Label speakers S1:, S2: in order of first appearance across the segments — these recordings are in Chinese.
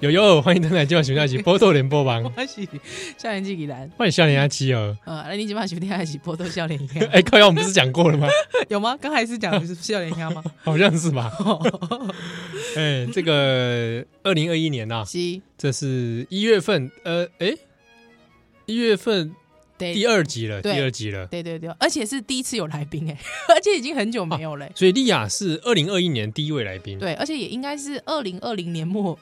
S1: 友友欢迎登来今晚熊下期波豆联播网，
S2: 我是少年纪给兰，
S1: 欢迎笑脸阿七 儿。
S2: 呃，那你今晚喜不听还是波多笑脸鸭？
S1: 哎，靠腰我们不是讲过了吗？
S2: 有吗？刚才是讲的是笑脸鸭吗？
S1: 好像是 吧？哎，这个二零二一年呐，
S2: 是，
S1: 这是一月份，呃，哎，一月份
S2: 对
S1: 第二集了，第
S2: 对
S1: 二集了。
S2: 对对对，而且是第一次有来宾哎、 而且已经很久没有嘞、
S1: 所以莉亚是二零二一年第一位来宾，
S2: 对，而且也应该是二零二零年末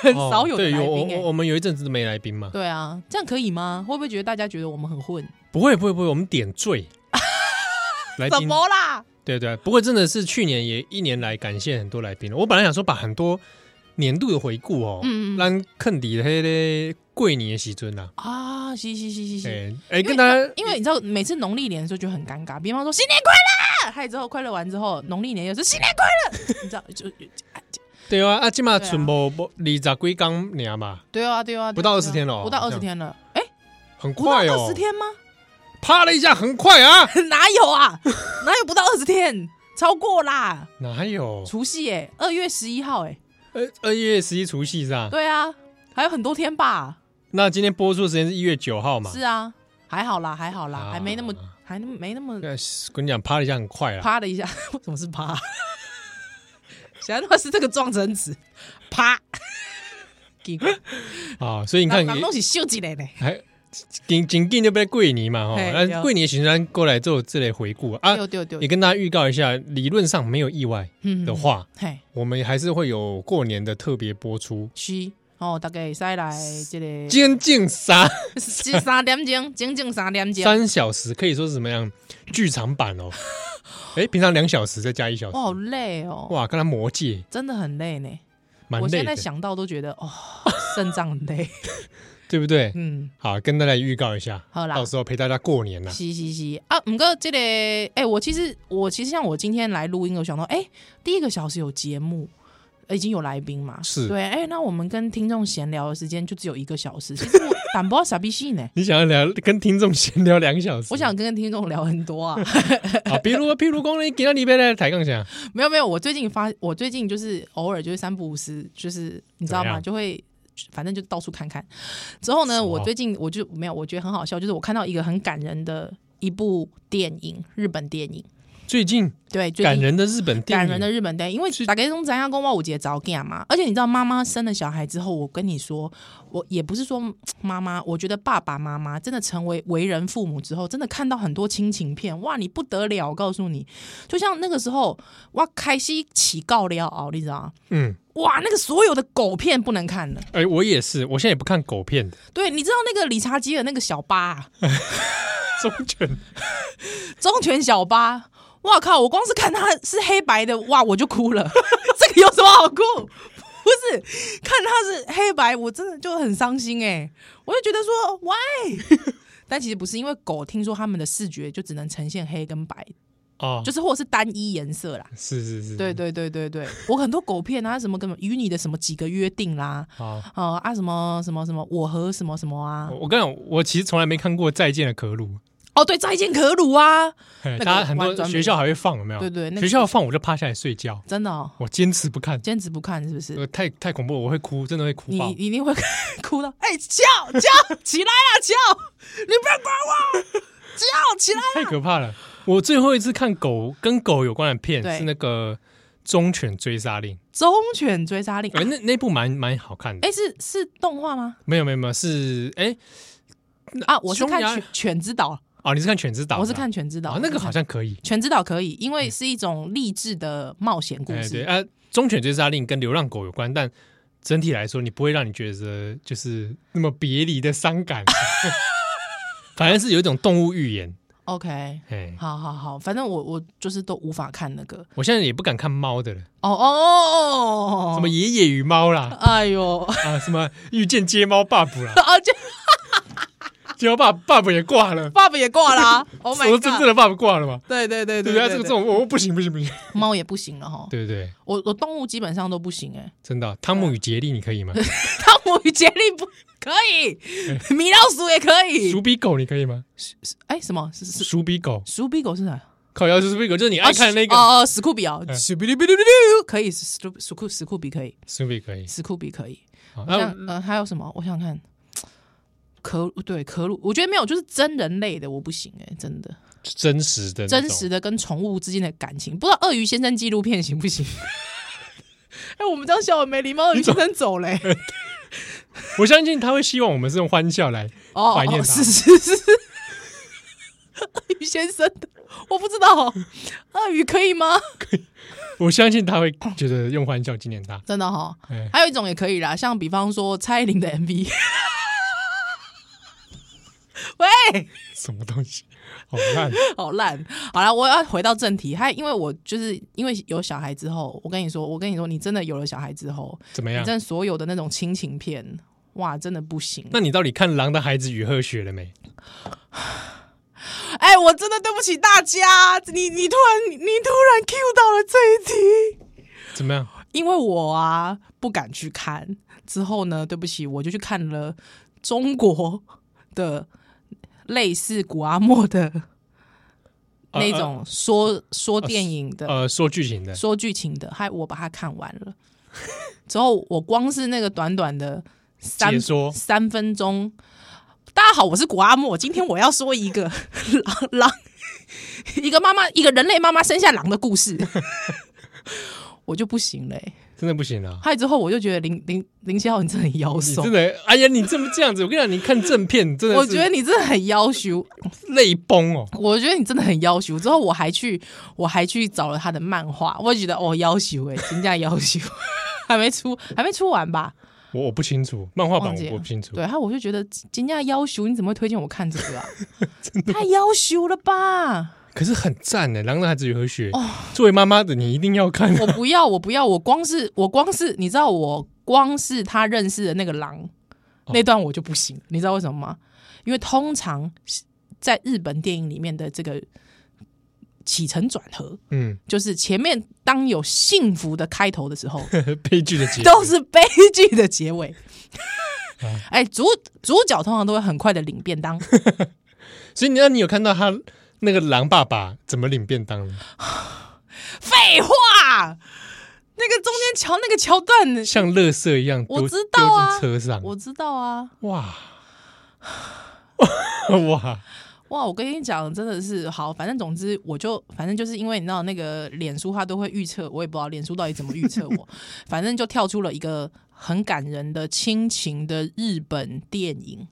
S2: 很
S1: 哦，
S2: 少有的
S1: 对，
S2: 来
S1: 有我
S2: 宾哎、
S1: 我我们有一阵子都没来宾嘛，
S2: 对啊，这样可以吗？会不会觉得大家觉得我们很混？
S1: 不会不会不会，我们点 缀来
S2: 怎
S1: 宾
S2: 么啦？
S1: 对对，不过真的是去年也一年来感谢很多来宾了。我本来想说把很多年度的回顾哦，
S2: 嗯嗯嗯
S1: 让坑底的嘞桂年的时尊呐、
S2: 啊，是是是是
S1: 啊，
S2: 是。
S1: 哎哎
S2: 因为
S1: 跟大家
S2: 因为你知道，每次农历年的时候就很尴尬，比方说新年快乐，嗨之后快乐完之后，农历年又是新年快乐，你知道就就
S1: 对啊，啊起码
S2: 对啊
S1: 存无不二十几刚年嘛，
S2: 对啊对啊，对啊
S1: 不到20天了哦
S2: 不到
S1: 这
S2: 二
S1: 样
S2: 十天了，哎，
S1: 很
S2: 不到
S1: 快
S2: 二
S1: 哦
S2: 十，天吗？
S1: 啪了一下，很快啊，
S2: 哪有 啊？哪有不到二十天？超过啦！
S1: 哪有？
S2: 除夕哎、二月十一号哎、
S1: 二二月十一除夕是吧？
S2: 对啊，还有很多天吧？
S1: 那今天播出的时间是一月九号嘛？
S2: 是啊，还好啦，还好啦，
S1: 啊
S2: 还没那么，还那么没那么
S1: 呃跟你讲，啪了一下很快啊啦。
S2: 啪的一下， 为什么是啪？想到是这个撞成词，啪！ 奇怪
S1: 啊，所以你看，
S2: 人东西秀起来呢，
S1: 还紧紧紧就被桂年嘛哈，
S2: 嘿
S1: 那
S2: 对
S1: 桂年行咱过来做这类回顾啊，
S2: 丢丢丢
S1: 也，跟大家预告一下，理论上没有意外
S2: 嗯
S1: 的，话，
S2: 嘿，
S1: 我们还是会有过年的特别播出。
S2: 是哦，大概塞来这个
S1: 监禁三
S2: 是三点钟，整整三点钟，
S1: 三小时，可以说是怎么样剧场版 哦？哎，平常两小时再加一小时
S2: 我，好累哦，
S1: 哇，跟他魔界
S2: 真的很累呢。
S1: 蛮
S2: 我
S1: 累
S2: 现在
S1: 的，
S2: 想到都觉得哦，肾脏很 累。
S1: 对不对？
S2: 嗯，
S1: 好，跟大家预告一下，
S2: 好啦
S1: 到时候陪大家过年啦。
S2: 是是是啊，五过这个，哎、我其实我其实像我今天来录音，我想到，哎、第一个小时有节目。呃已经有来宾嘛？
S1: 是
S2: 对，哎、那我们跟听众闲聊的时间就只有一个小时。其实我胆包傻逼戏 呢，
S1: 你想要聊跟听众闲聊两小时？
S2: 我 想跟听众聊很多啊。
S1: 啊，比如比如讲你给他里边的抬杠想，
S2: 没有没有，我最近发，我最近就是偶尔就是三不五时，就是你知道
S1: 怎么
S2: 吗？
S1: 样
S2: 就会反正就到处看看。之后
S1: 什
S2: 呢，
S1: 么
S2: 我最近我就没有，我觉得很好笑，就是我看到一个很感人的一部电影，日本电影，
S1: 最近
S2: 对，最近
S1: 感人的日本电影，
S2: 感人的日本电影，因为打给中咱要跟我五姐早干嘛？而且你知道，妈妈生了小孩之后，我跟你说，我也不是说嗯妈妈，我觉得爸爸妈妈真的成为为人父母之后，真的看到很多亲情片，哇，你不得了！我告诉你，就像那个时候，哇，开始起告了哦，你知道吗？
S1: 嗯，
S2: 哇，那个所有的狗片不能看了。
S1: 哎、我也是，我现在也不看狗片的，
S2: 对，你知道那个理查基尔那个小八、啊，
S1: 忠犬
S2: 忠犬小八，哇靠！我光是看他是黑白的，哇，我就哭了。 这个有什么好哭？不是，看他是黑白，我真的就很伤心哎、我就觉得说，why？但其实不是，因为狗听说他们的视觉就只能呈现黑跟白，
S1: 哦，嗯
S2: 就是或者是单一颜色啦。
S1: 是是是，
S2: 对对对对对，我很多狗片啊，什么跟与你的什么几个约定啦，
S1: 好。
S2: 哦、啊什么什么什么我和什么什么啊
S1: 我，我跟你讲，我其实从来没看过《再见的可鲁》
S2: 哦对，再见可鲁啊，
S1: 嘿，
S2: 那个
S1: 大家很
S2: 完
S1: 多
S2: 全没
S1: 学校还会放，有没有？
S2: 对对那个
S1: 学校放我就趴下来睡觉，
S2: 真的哦，
S1: 我坚持不看，
S2: 坚持不看是不是
S1: 这？个太太恐怖了，我会哭，真的会哭
S2: 你
S1: 爆。
S2: 你一定会 哭到，哎、叫叫起来啊，叫！你不要管我，叫起来！
S1: 太可怕了！我最后一次看狗跟狗有关的片
S2: 对
S1: 是那个《忠犬追杀令》，
S2: 忠犬追杀令，
S1: 哎、那那部蛮蛮好看的。
S2: 哎、是是动画吗？
S1: 没有没有没有，是哎、
S2: 啊，我是
S1: 匈
S2: 看
S1: 牙
S2: 犬犬之岛，
S1: 哦，你是看《犬之岛》？
S2: 我是看犬之岛、
S1: 哦，那个好
S2: 像
S1: 像可以。
S2: 犬之岛可以，因为是一种励志的冒险故
S1: 哎，对
S2: 事。
S1: 啊，忠犬追杀令跟流浪狗有关，但整体来说，你不会让你觉得就是那么别离的伤 感，反而是有一种动物寓言。
S2: OK，
S1: 哎，
S2: 好好好，反正我我就是都无法看那个。
S1: 我现在也不敢看猫的了，
S2: 哦哦哦，
S1: 什么？爷爷与猫啦，
S2: 哎呦，
S1: 啊，什么遇见街猫爸爸 啦，
S2: 啊，这
S1: 街猫爸爸爸也挂了，
S2: 爸爸也挂啦、o h
S1: 什么
S2: Oh
S1: 真
S2: my
S1: 正
S2: god！
S1: 的爸爸挂了嘛？
S2: 对对对
S1: 对不对？
S2: 对
S1: 啊这个这种我不行不行不 行，
S2: 猫也不行了哈，
S1: 对不对？
S2: 我我动物基本上都不行哎、
S1: 真的，汤姆与杰利你可以吗？
S2: 汤姆与杰利不可以，
S1: 哎
S2: 米老鼠也可以。
S1: 鼠比狗你可以吗？
S2: 哎，什么？是是
S1: 鼠比狗，
S2: 鼠比狗是哪？
S1: 靠腰鼠比狗就是你爱看的那
S2: 哦
S1: 个
S2: 哦，哦史酷比哦，
S1: 嗯
S2: 史比比比比比，可以，史史酷史酷比可以，
S1: 鼠比可以，
S2: 史酷比可以。
S1: 好那
S2: 像呃还有什么？我想看，可对可鲁，我觉得没有，就是真人类的我不行哎、真的
S1: 真实的那
S2: 真
S1: 种
S2: 实的跟宠物之间的感情，不知道鳄鱼先生纪录片行 不行？哎、我们这样笑很没礼貌，鳄鱼先生走嘞、
S1: 我相信他会希望我们是用欢笑来，
S2: 哦，
S1: 怀念
S2: 哦
S1: 他
S2: 是是是， 鳄鱼先生的，我不知道，鳄鱼可以吗？
S1: 我相信他会觉得用欢笑纪念他。
S2: 真的哈、哦，
S1: 哎，
S2: 还有一种也可以啦，像比方说蔡依林的 MV。喂，
S1: 什么东西？好烂！
S2: 好烂！好啦，我要回到正题。还因为我就是因为有小孩之后，我跟你说，我跟你说，你真的有了小孩之后，
S1: 怎么
S2: 你
S1: 样
S2: 真？的所有的那种亲情片，哇，真的不行。
S1: 那你到底看《狼的孩子与鹤雪》了没？
S2: 哎、我真的对不起大家，你你突然你突然 Q 到了这一题，
S1: 怎么样？
S2: 因为我啊不敢去看。之后呢，对不起，我就去看了中国的类似古阿莫的
S1: 呃
S2: 那种说、说电影的、
S1: 呃，说剧情的，
S2: 说剧情的，还我把它看完了。之后我光是那个短短的三
S1: 解说
S2: 三分钟，大家好，我是古阿莫，今天我要说一个 狼狼，一个妈妈，一个人类妈妈生下狼的故事， 我就不行了、欸。
S1: 真的不行啊！
S2: 害之后我就觉得林林林霄你真的很妖
S1: 你
S2: 兽
S1: 真，的，哎呀，你这么这样子，我跟你讲，你看正片真的，
S2: 我觉得你真的很妖羞，
S1: 泪崩哦。
S2: 我觉得你真的很要求。之后我还去，我还去找了他的漫画，我就觉得哦，要求哎，评价要求， 还没出，还没出完吧？
S1: 我我不清楚漫画版，
S2: 忘记
S1: 我
S2: 了
S1: 不清楚。
S2: 对，然后我就觉得金价要求，你怎么会推荐我看 这个啊？太要求了吧！
S1: 可是很赞欸呢，《狼的孩子与和雪》作为妈妈的你一定要 看
S2: 哦
S1: 啊
S2: 我不要，我不要，我光是我光是，你知道我光是他认识的那个狼、那段我就不行，你知道为什么吗？因为通常是在日本电影里面的这个起承转合，
S1: 嗯，
S2: 就是前面当有幸福的开头的时候，
S1: 悲剧的结
S2: 都
S1: 尾。
S2: 是悲剧的结尾。哎，主主角通常都会很快的领便当，
S1: 所以你那你有看到他那个狼爸爸怎么领便当呢？
S2: 废话，那个中间桥那个桥段，
S1: 像垃圾一样丢
S2: 我知道
S1: 丢进
S2: 啊
S1: 车上。
S2: 我知道啊。
S1: 哇 哇，
S2: 哇，我跟你讲，真的是好，反正总之，我就反正就是因为你知道那个脸书，它都会预测，我也不知道脸书到底怎么预测我，反正就跳出了一个很感人的亲情的日本电影，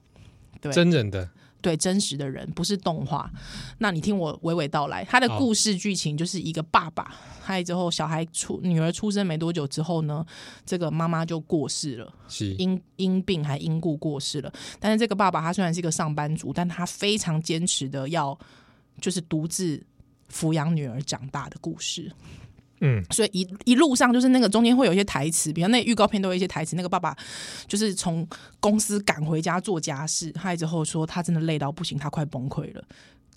S2: 对
S1: 真人的
S2: 对真实的人，不是动画。那你听我娓娓道来，他的
S1: 好
S2: 故事剧情就是一个爸爸，还之后小孩出女儿出生没多久之后呢，这个妈妈就过世了，
S1: 是
S2: 因因病还因故过世了。但是这个爸爸他虽然是一个上班族，但他非常坚持的要就是独自抚养女儿长大的故事。
S1: 嗯，
S2: 所以一一路上就是那个中间会有一些台词，比方那个预告片都有一些台词。那个爸爸就是从公司赶回家做家事，他之后说他真的累到不行，他快崩溃了。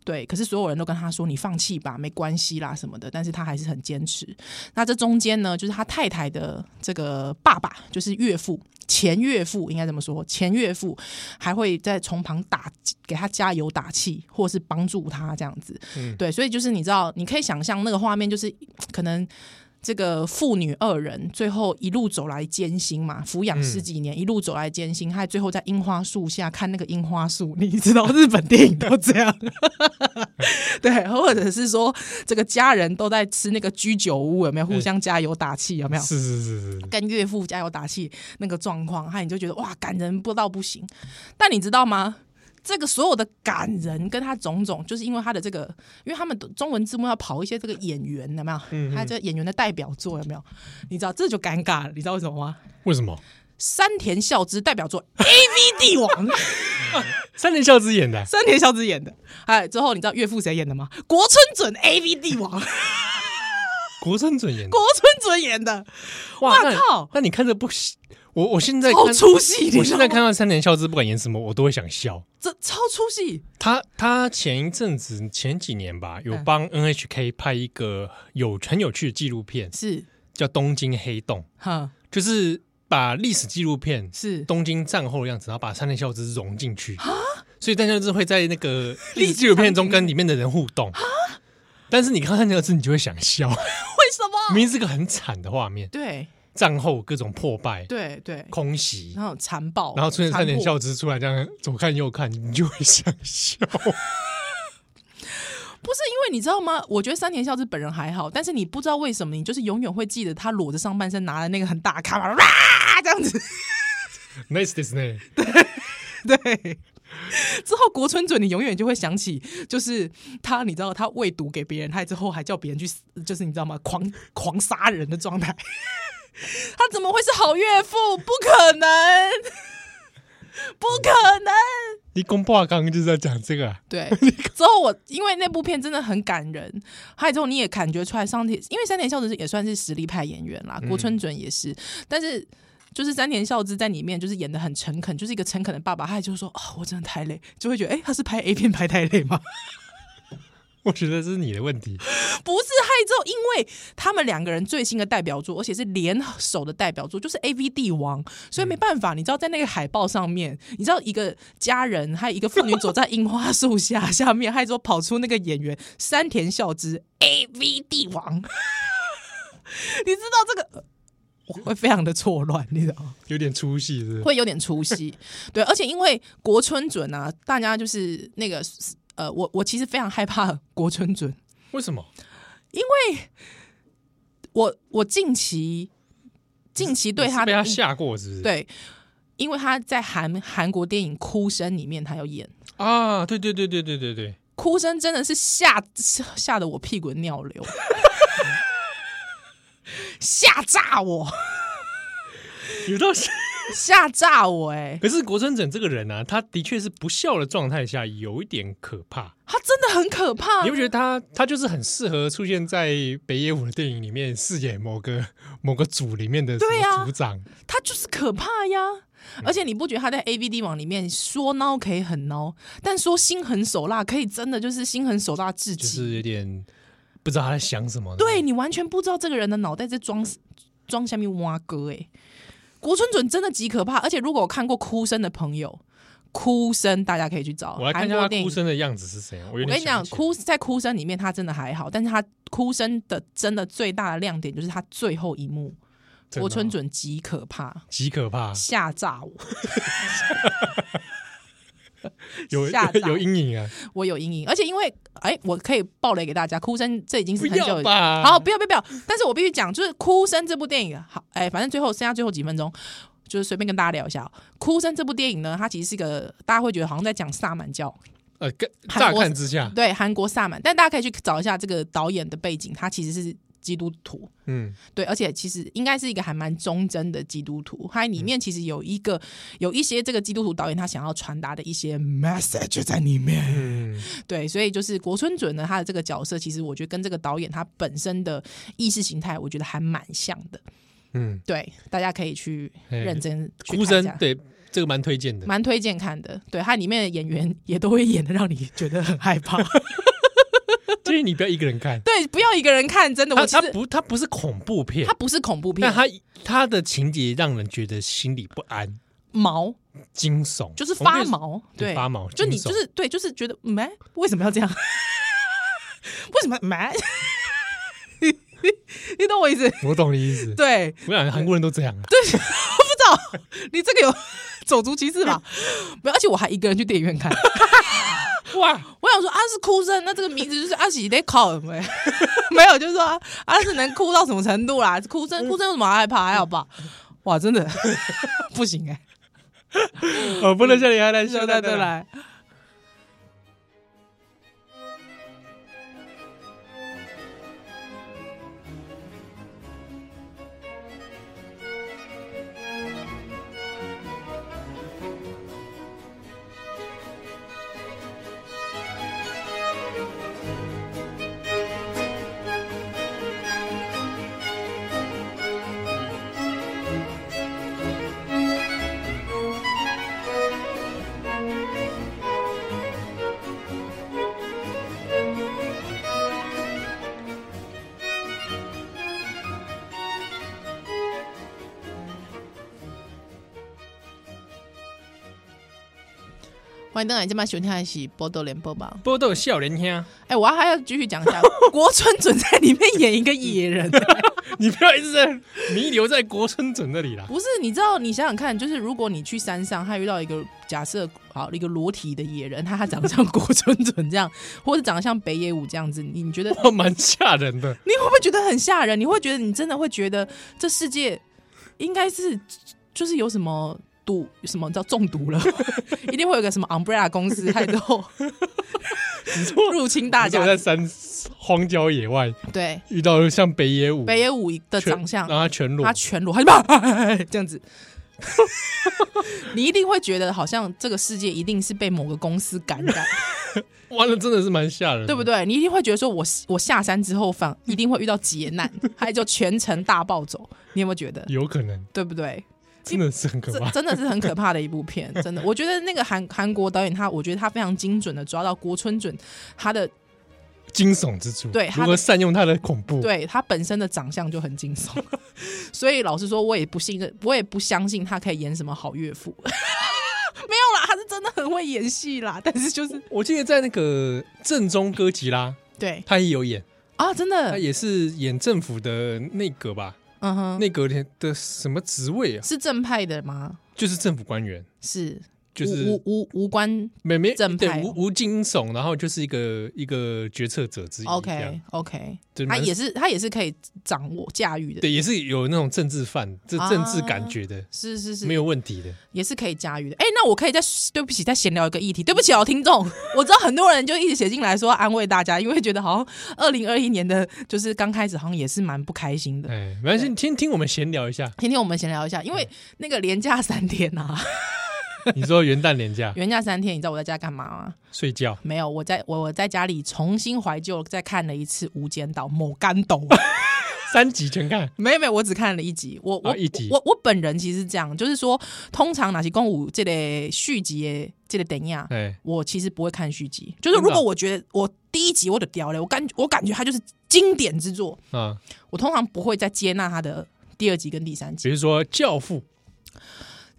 S2: 对，可是所有人都跟他说你放弃吧，没关系啦什么的，但是他还是很坚持。那这中间呢，就是他太太的这个爸爸，就是岳父，前岳父应该怎么说？前岳父还会在从旁打给他加油打气，或是帮助他这样子。对，所以就是你知道，你可以想象那个画面，就是可能这个父女二人最后一路走来艰辛嘛，抚养十几年，一路走来艰辛，还最后在樱花树下看那个樱花树，你知道日本电影都这样， 对，或者是说这个家人都在吃那个居酒屋，有没有互相加油打气？有没有？
S1: 是是是是是，
S2: 跟岳父加油打气那个状况，哈，你就觉得哇，感人不到不行。但你知道吗？这个所有的感人跟他种种，就是因为他的这个，因为他们中文字幕要跑一些这个演员，有没有？他这个演员的代表作有没有？你知道这就尴尬了，你知道为什么吗？
S1: 为什么？
S2: 山田孝之代表作 A V 帝王，
S1: 三年孝之演的，
S2: 山田孝之演的。哎，之后你知道岳父谁演的吗？国村准 A V 帝王，国
S1: 国生准演的。
S2: 村准演的，哇
S1: 那
S2: 靠
S1: 那你看着不行，我我现在
S2: 超
S1: 看，
S2: 出戏！
S1: 我
S2: 你知
S1: 现
S2: 道
S1: 在
S2: 吗
S1: 看到三年孝之不管演什么，我都会想笑。
S2: 这超出戏，
S1: 他他前一阵子前几年吧，有
S2: 嗯
S1: 帮 NHK 拍一个有很有趣的纪录片，
S2: 是
S1: 叫《东京黑洞》，
S2: 哈
S1: 就是把历史纪录片
S2: 是
S1: 东京战后的样子，然后把三田孝之融进去所以三田孝之会在那 个历史纪录片中跟里面的人互动但是你看三田孝之，你就会想笑，
S2: 为什么？
S1: 明明是个很惨的画面，
S2: 对，
S1: 战后各种破败、
S2: 对对，
S1: 空袭，
S2: 然后残暴，
S1: 然后出现三
S2: 残
S1: 点
S2: 酷
S1: 笑之出来，这样左看右看，你就会想 笑。
S2: 不是因为你知道吗？我觉得三田孝之本人还好，但是你不知道为什么，你就是永远会记得他裸着上半身拿了那个很大的卡吧，哇这样子。
S1: nice Disney，
S2: 对，之后国春准你永远就会想起，就是他，你知道他喂毒给别人，他之后还叫别人去死，就是你知道吗？狂狂杀人的状态。 他怎么会是好岳父？不可能， 不可能。
S1: 你公爸刚刚就是在讲这个、啊，
S2: 对，之后我因为那部片真的很感人，还有之后你也感觉出来上田，因为山田孝之也算是实力派演员啦，国春准也是，但是就是山田孝之在里面就是演的很诚恳，就是一个诚恳的爸爸，他也就说哦，我真的太累，就会觉得哎、诶他是拍 A 片拍太累吗？
S1: 我觉得这是你的问题。
S2: 不是，还之后因为他们两个人最新的代表作，而且是联手的代表作，就是 A V 帝王，所以没办法，你知道在那个海报上面，你知道一个家人还有一个妇女走在樱花树下下面，还之后跑出那个演员山田孝之 A V 帝王，你知道这个。我会非常的错乱，你知道吗？
S1: 有点出戏是不是？
S2: 会有点出戏， 对，而且因为国春准啊，大家就是那个呃，我我其实非常害怕国春准，
S1: 为什么？
S2: 我我近期近期对
S1: 你是
S2: 他
S1: 被他
S2: 的嗯
S1: 吓过是不是？
S2: 对，因为他在韩韩国电影《哭声》里面他有演，《
S1: 啊，对对对对对对对，
S2: 哭声》真的是吓吓得我屁滚尿流，吓炸我，
S1: 有到是。
S2: 吓炸我、哎，
S1: 可是国生整这个人啊，他的确是不笑的状态下有一点可怕。
S2: 他真的很可怕，
S1: 你不觉得他他就是很适合出现在北野武的电影里面饰演某个某个组里面的什
S2: 对
S1: 么
S2: 啊
S1: 组长？
S2: 他就是可怕呀！
S1: 嗯
S2: 而且你不觉得他在 A V D 网里面说孬可以很孬，但说心狠手辣可以真的就是心狠手辣至
S1: 就
S2: 极，
S1: 是有点不知道他在想什么。
S2: 对，你完全不知道这个人的脑袋在装装下面挖哥哎、国春准真的极可怕，而且如果有看过《哭声》的朋友，《哭声》大家可以去找
S1: 我来看
S2: 韩
S1: 一下
S2: 国
S1: 他
S2: 电
S1: 哭
S2: 影。
S1: 声的样子是怎样。我有
S2: 我跟
S1: 点
S2: 你讲，
S1: 想不起来
S2: 哭在哭声里面他真的还好，但是他哭声的真的最大的亮点就是他最后一幕，
S1: 真的
S2: 国春
S1: 哦
S2: 准极可怕，
S1: 极可怕，
S2: 吓炸我，
S1: 有
S2: 吓 到
S1: 有阴影啊！
S2: 我有阴影。而且因为哎，我可以爆雷给大家，哭声这已经是
S1: 不
S2: 很久
S1: 要吧？
S2: 好，不要不要不要！但是我必须讲，就是《哭声》这部电影，好，哎、反正最后剩下最后几分钟，就是随便跟大家聊一下、哦，《哭声》这部电影呢，它其实是一个大家会觉得好像在讲萨满教，
S1: 呃，跟乍
S2: 韩国
S1: 看之下，
S2: 对，韩国萨满，但大家可以去找一下这个导演的背景，他其实是基督徒，
S1: 嗯，
S2: 对，而且其实应该是一个还蛮忠贞的基督徒，它里面其实有一个有一些这个基督徒导演他想要传达的一些 message 在里面，
S1: 嗯，
S2: 对，所以就是国村准呢，他的这个角色，其实我觉得跟这个导演他本身的意识形态，我觉得还蛮像的。
S1: 嗯，
S2: 对，大家可以去
S1: 哎
S2: 认真去
S1: 哭
S2: 看一
S1: 声
S2: 下，
S1: 对这个蛮推荐的。
S2: 蛮推荐看的。对，它里面的演员也都会演的让你觉得很害 怕。
S1: 建议你不要一个人看，
S2: 对，不要一个人看，真的，
S1: 它
S2: 我其
S1: 它
S2: 实
S1: 不它不是恐怖片
S2: 它，不是恐怖片
S1: 但，它它的情节让人觉得心里不安、
S2: 毛
S1: 惊悚，
S2: 就是
S1: 我
S2: 发
S1: 们可以
S2: 毛，
S1: 对
S2: 对，
S1: 发毛
S2: 就你
S1: 惊悚
S2: 就是对，就是觉得没为什么要这样？ 为什么没？ 你懂我意思？
S1: 我懂你意思。
S2: 对，
S1: 我想韩国人都这样啊，
S2: 你这个有 种族歧视吧？没有，而且我还一个人去电影院看。
S1: 哇，
S2: 我想说啊是哭声，那这个名字就是阿喜得考有 没有？没有，就是说啊啊是能哭到什么程度啦？哭声哭声有什么好害怕？还好吧？哇，真的 不行哎、
S1: 我哦不能笑你还来
S2: 欸！
S1: 笑
S2: 对
S1: 蛋
S2: 对
S1: 蛋
S2: 对
S1: 啦。
S2: 来，欢迎登来，这边收听的是《波多连播报》。
S1: 波豆笑人兄，
S2: 哎，我还要继续讲一下，国春准在里面演一个野人、
S1: 你不要一直在弥留在国春准那里啦。
S2: 不是，你知道，你想想看，就是如果你去山上，他遇到一个假设好一个裸体的野人，他他长得像郭春准这样，或者长得像北野武这样子，你你觉得
S1: 哇，蛮吓人的。
S2: 你会不会觉得很吓人？你会觉得你真的会觉得这世界应该是就是有什么毒什么叫中毒了， 一定会有个什么 umbrella 公司还有
S1: 你说
S2: 入侵大
S1: 如
S2: 家
S1: 果。在山荒郊野外
S2: 对，
S1: 遇到像北野武
S2: 北野武的
S1: 全
S2: 长相，
S1: 让他全裸
S2: 他，全裸，他就 哎吧这样子。 你一定会觉得好像这个世界一定是被某个公司感染，
S1: 完了真的是蛮吓人的，
S2: 对不对？你一定会觉得说我我下山之后反一定会遇到劫难，还有就全程大暴走，你有没有觉得？
S1: 有可能
S2: 对不对？
S1: 真的是很可
S2: 这
S1: 怕。
S2: 真的是很可怕的一部片，真的。我觉得那个韩韩国导演他，我觉得他非常精准的抓到国春准他的
S1: 惊悚之处，
S2: 对他的
S1: 如何善用他的恐怖，
S2: 对他本身的长相就很惊悚， 所以老实说，我也不信任，我也不相信他可以演什么好岳父。 没有啦，他是真的很会演戏啦， 但是就是
S1: 我记得在那个正宗哥吉拉，
S2: 对
S1: 他也有演，
S2: 啊，真
S1: 他
S2: 的，
S1: 也是演政府的内阁吧，
S2: 嗯哼，
S1: 内阁的的什么职位啊？
S2: 是正派的吗？
S1: 就是政府官员，
S2: 是，
S1: 就是
S2: 无无无无关。
S1: 没没
S2: 正派
S1: 对无无惊悚，然后就是一个一个决策者之一这样
S2: OK OK，
S1: 对
S2: 他
S1: 蛮
S2: 也是他也是可以掌握驾驭的，
S1: 对，也是有那种政治犯，这
S2: 啊
S1: 政治感觉的，
S2: 是是是，
S1: 没有问题的。
S2: 也是可以驾驭的。哎、那我可以再对不起再闲聊一个议题，对不起哦，听众， 我知道很多人就一直写进来说安慰大家，因为觉得好像二零二一年的就是刚开始好像也是蛮不开心的。。
S1: 哎，没关系，听听我们闲聊一下
S2: 今天我们闲聊一下，因为那个连假三天啊，
S1: 你说元旦连假
S2: 连假三天，你知道我在家干嘛吗？
S1: 睡觉，
S2: 没有，我在我我在家里重新怀旧，再看了一次《无间道》某干斗。
S1: 三集全看，
S2: 没有没有，我只看了一集。我我、
S1: 啊一集
S2: 我我本人其实是这样，就是说，通常哪些公武这类续集的这类电影啊，
S1: 哎，
S2: 我其实不会看续集，就是如
S1: 真的啊
S2: 果我觉得我第一集我就屌了，我感我感觉它就是经典之作，
S1: 啊，
S2: 我通常不会再接纳它的第二集跟第三集。
S1: 比如说《教父》，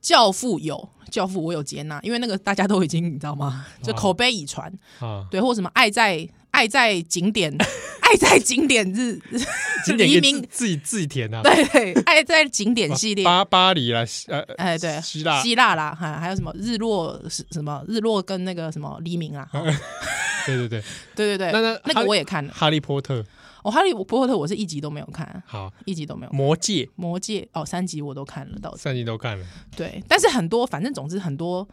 S2: 教父有教父，我有接纳，因为那个大家都已经你知道 吗？就口碑已传，
S1: 啊，
S2: 对，或什么爱在爱在景点， 爱在景点日，
S1: 经典可以
S2: 黎明
S1: 自自己自己填啊，
S2: 对，爱在景点 系列。
S1: 巴巴黎啦，希呃，
S2: 哎，对，
S1: 啊希腊
S2: 希腊啦，还还有什么日落是什么日落跟那个什么黎明 啦，哈
S1: 对对对，
S2: 对对对，
S1: 那那哈
S2: 那个
S1: 利
S2: 我也看了，
S1: 哈利波特，
S2: 哦，哈利波特我是一集都没有看，
S1: 好，
S2: 一集都没有看。
S1: 魔戒
S2: 魔戒哦，三集我都看了，到
S1: 三集都看了，
S2: 对，但是很多，反正总之很多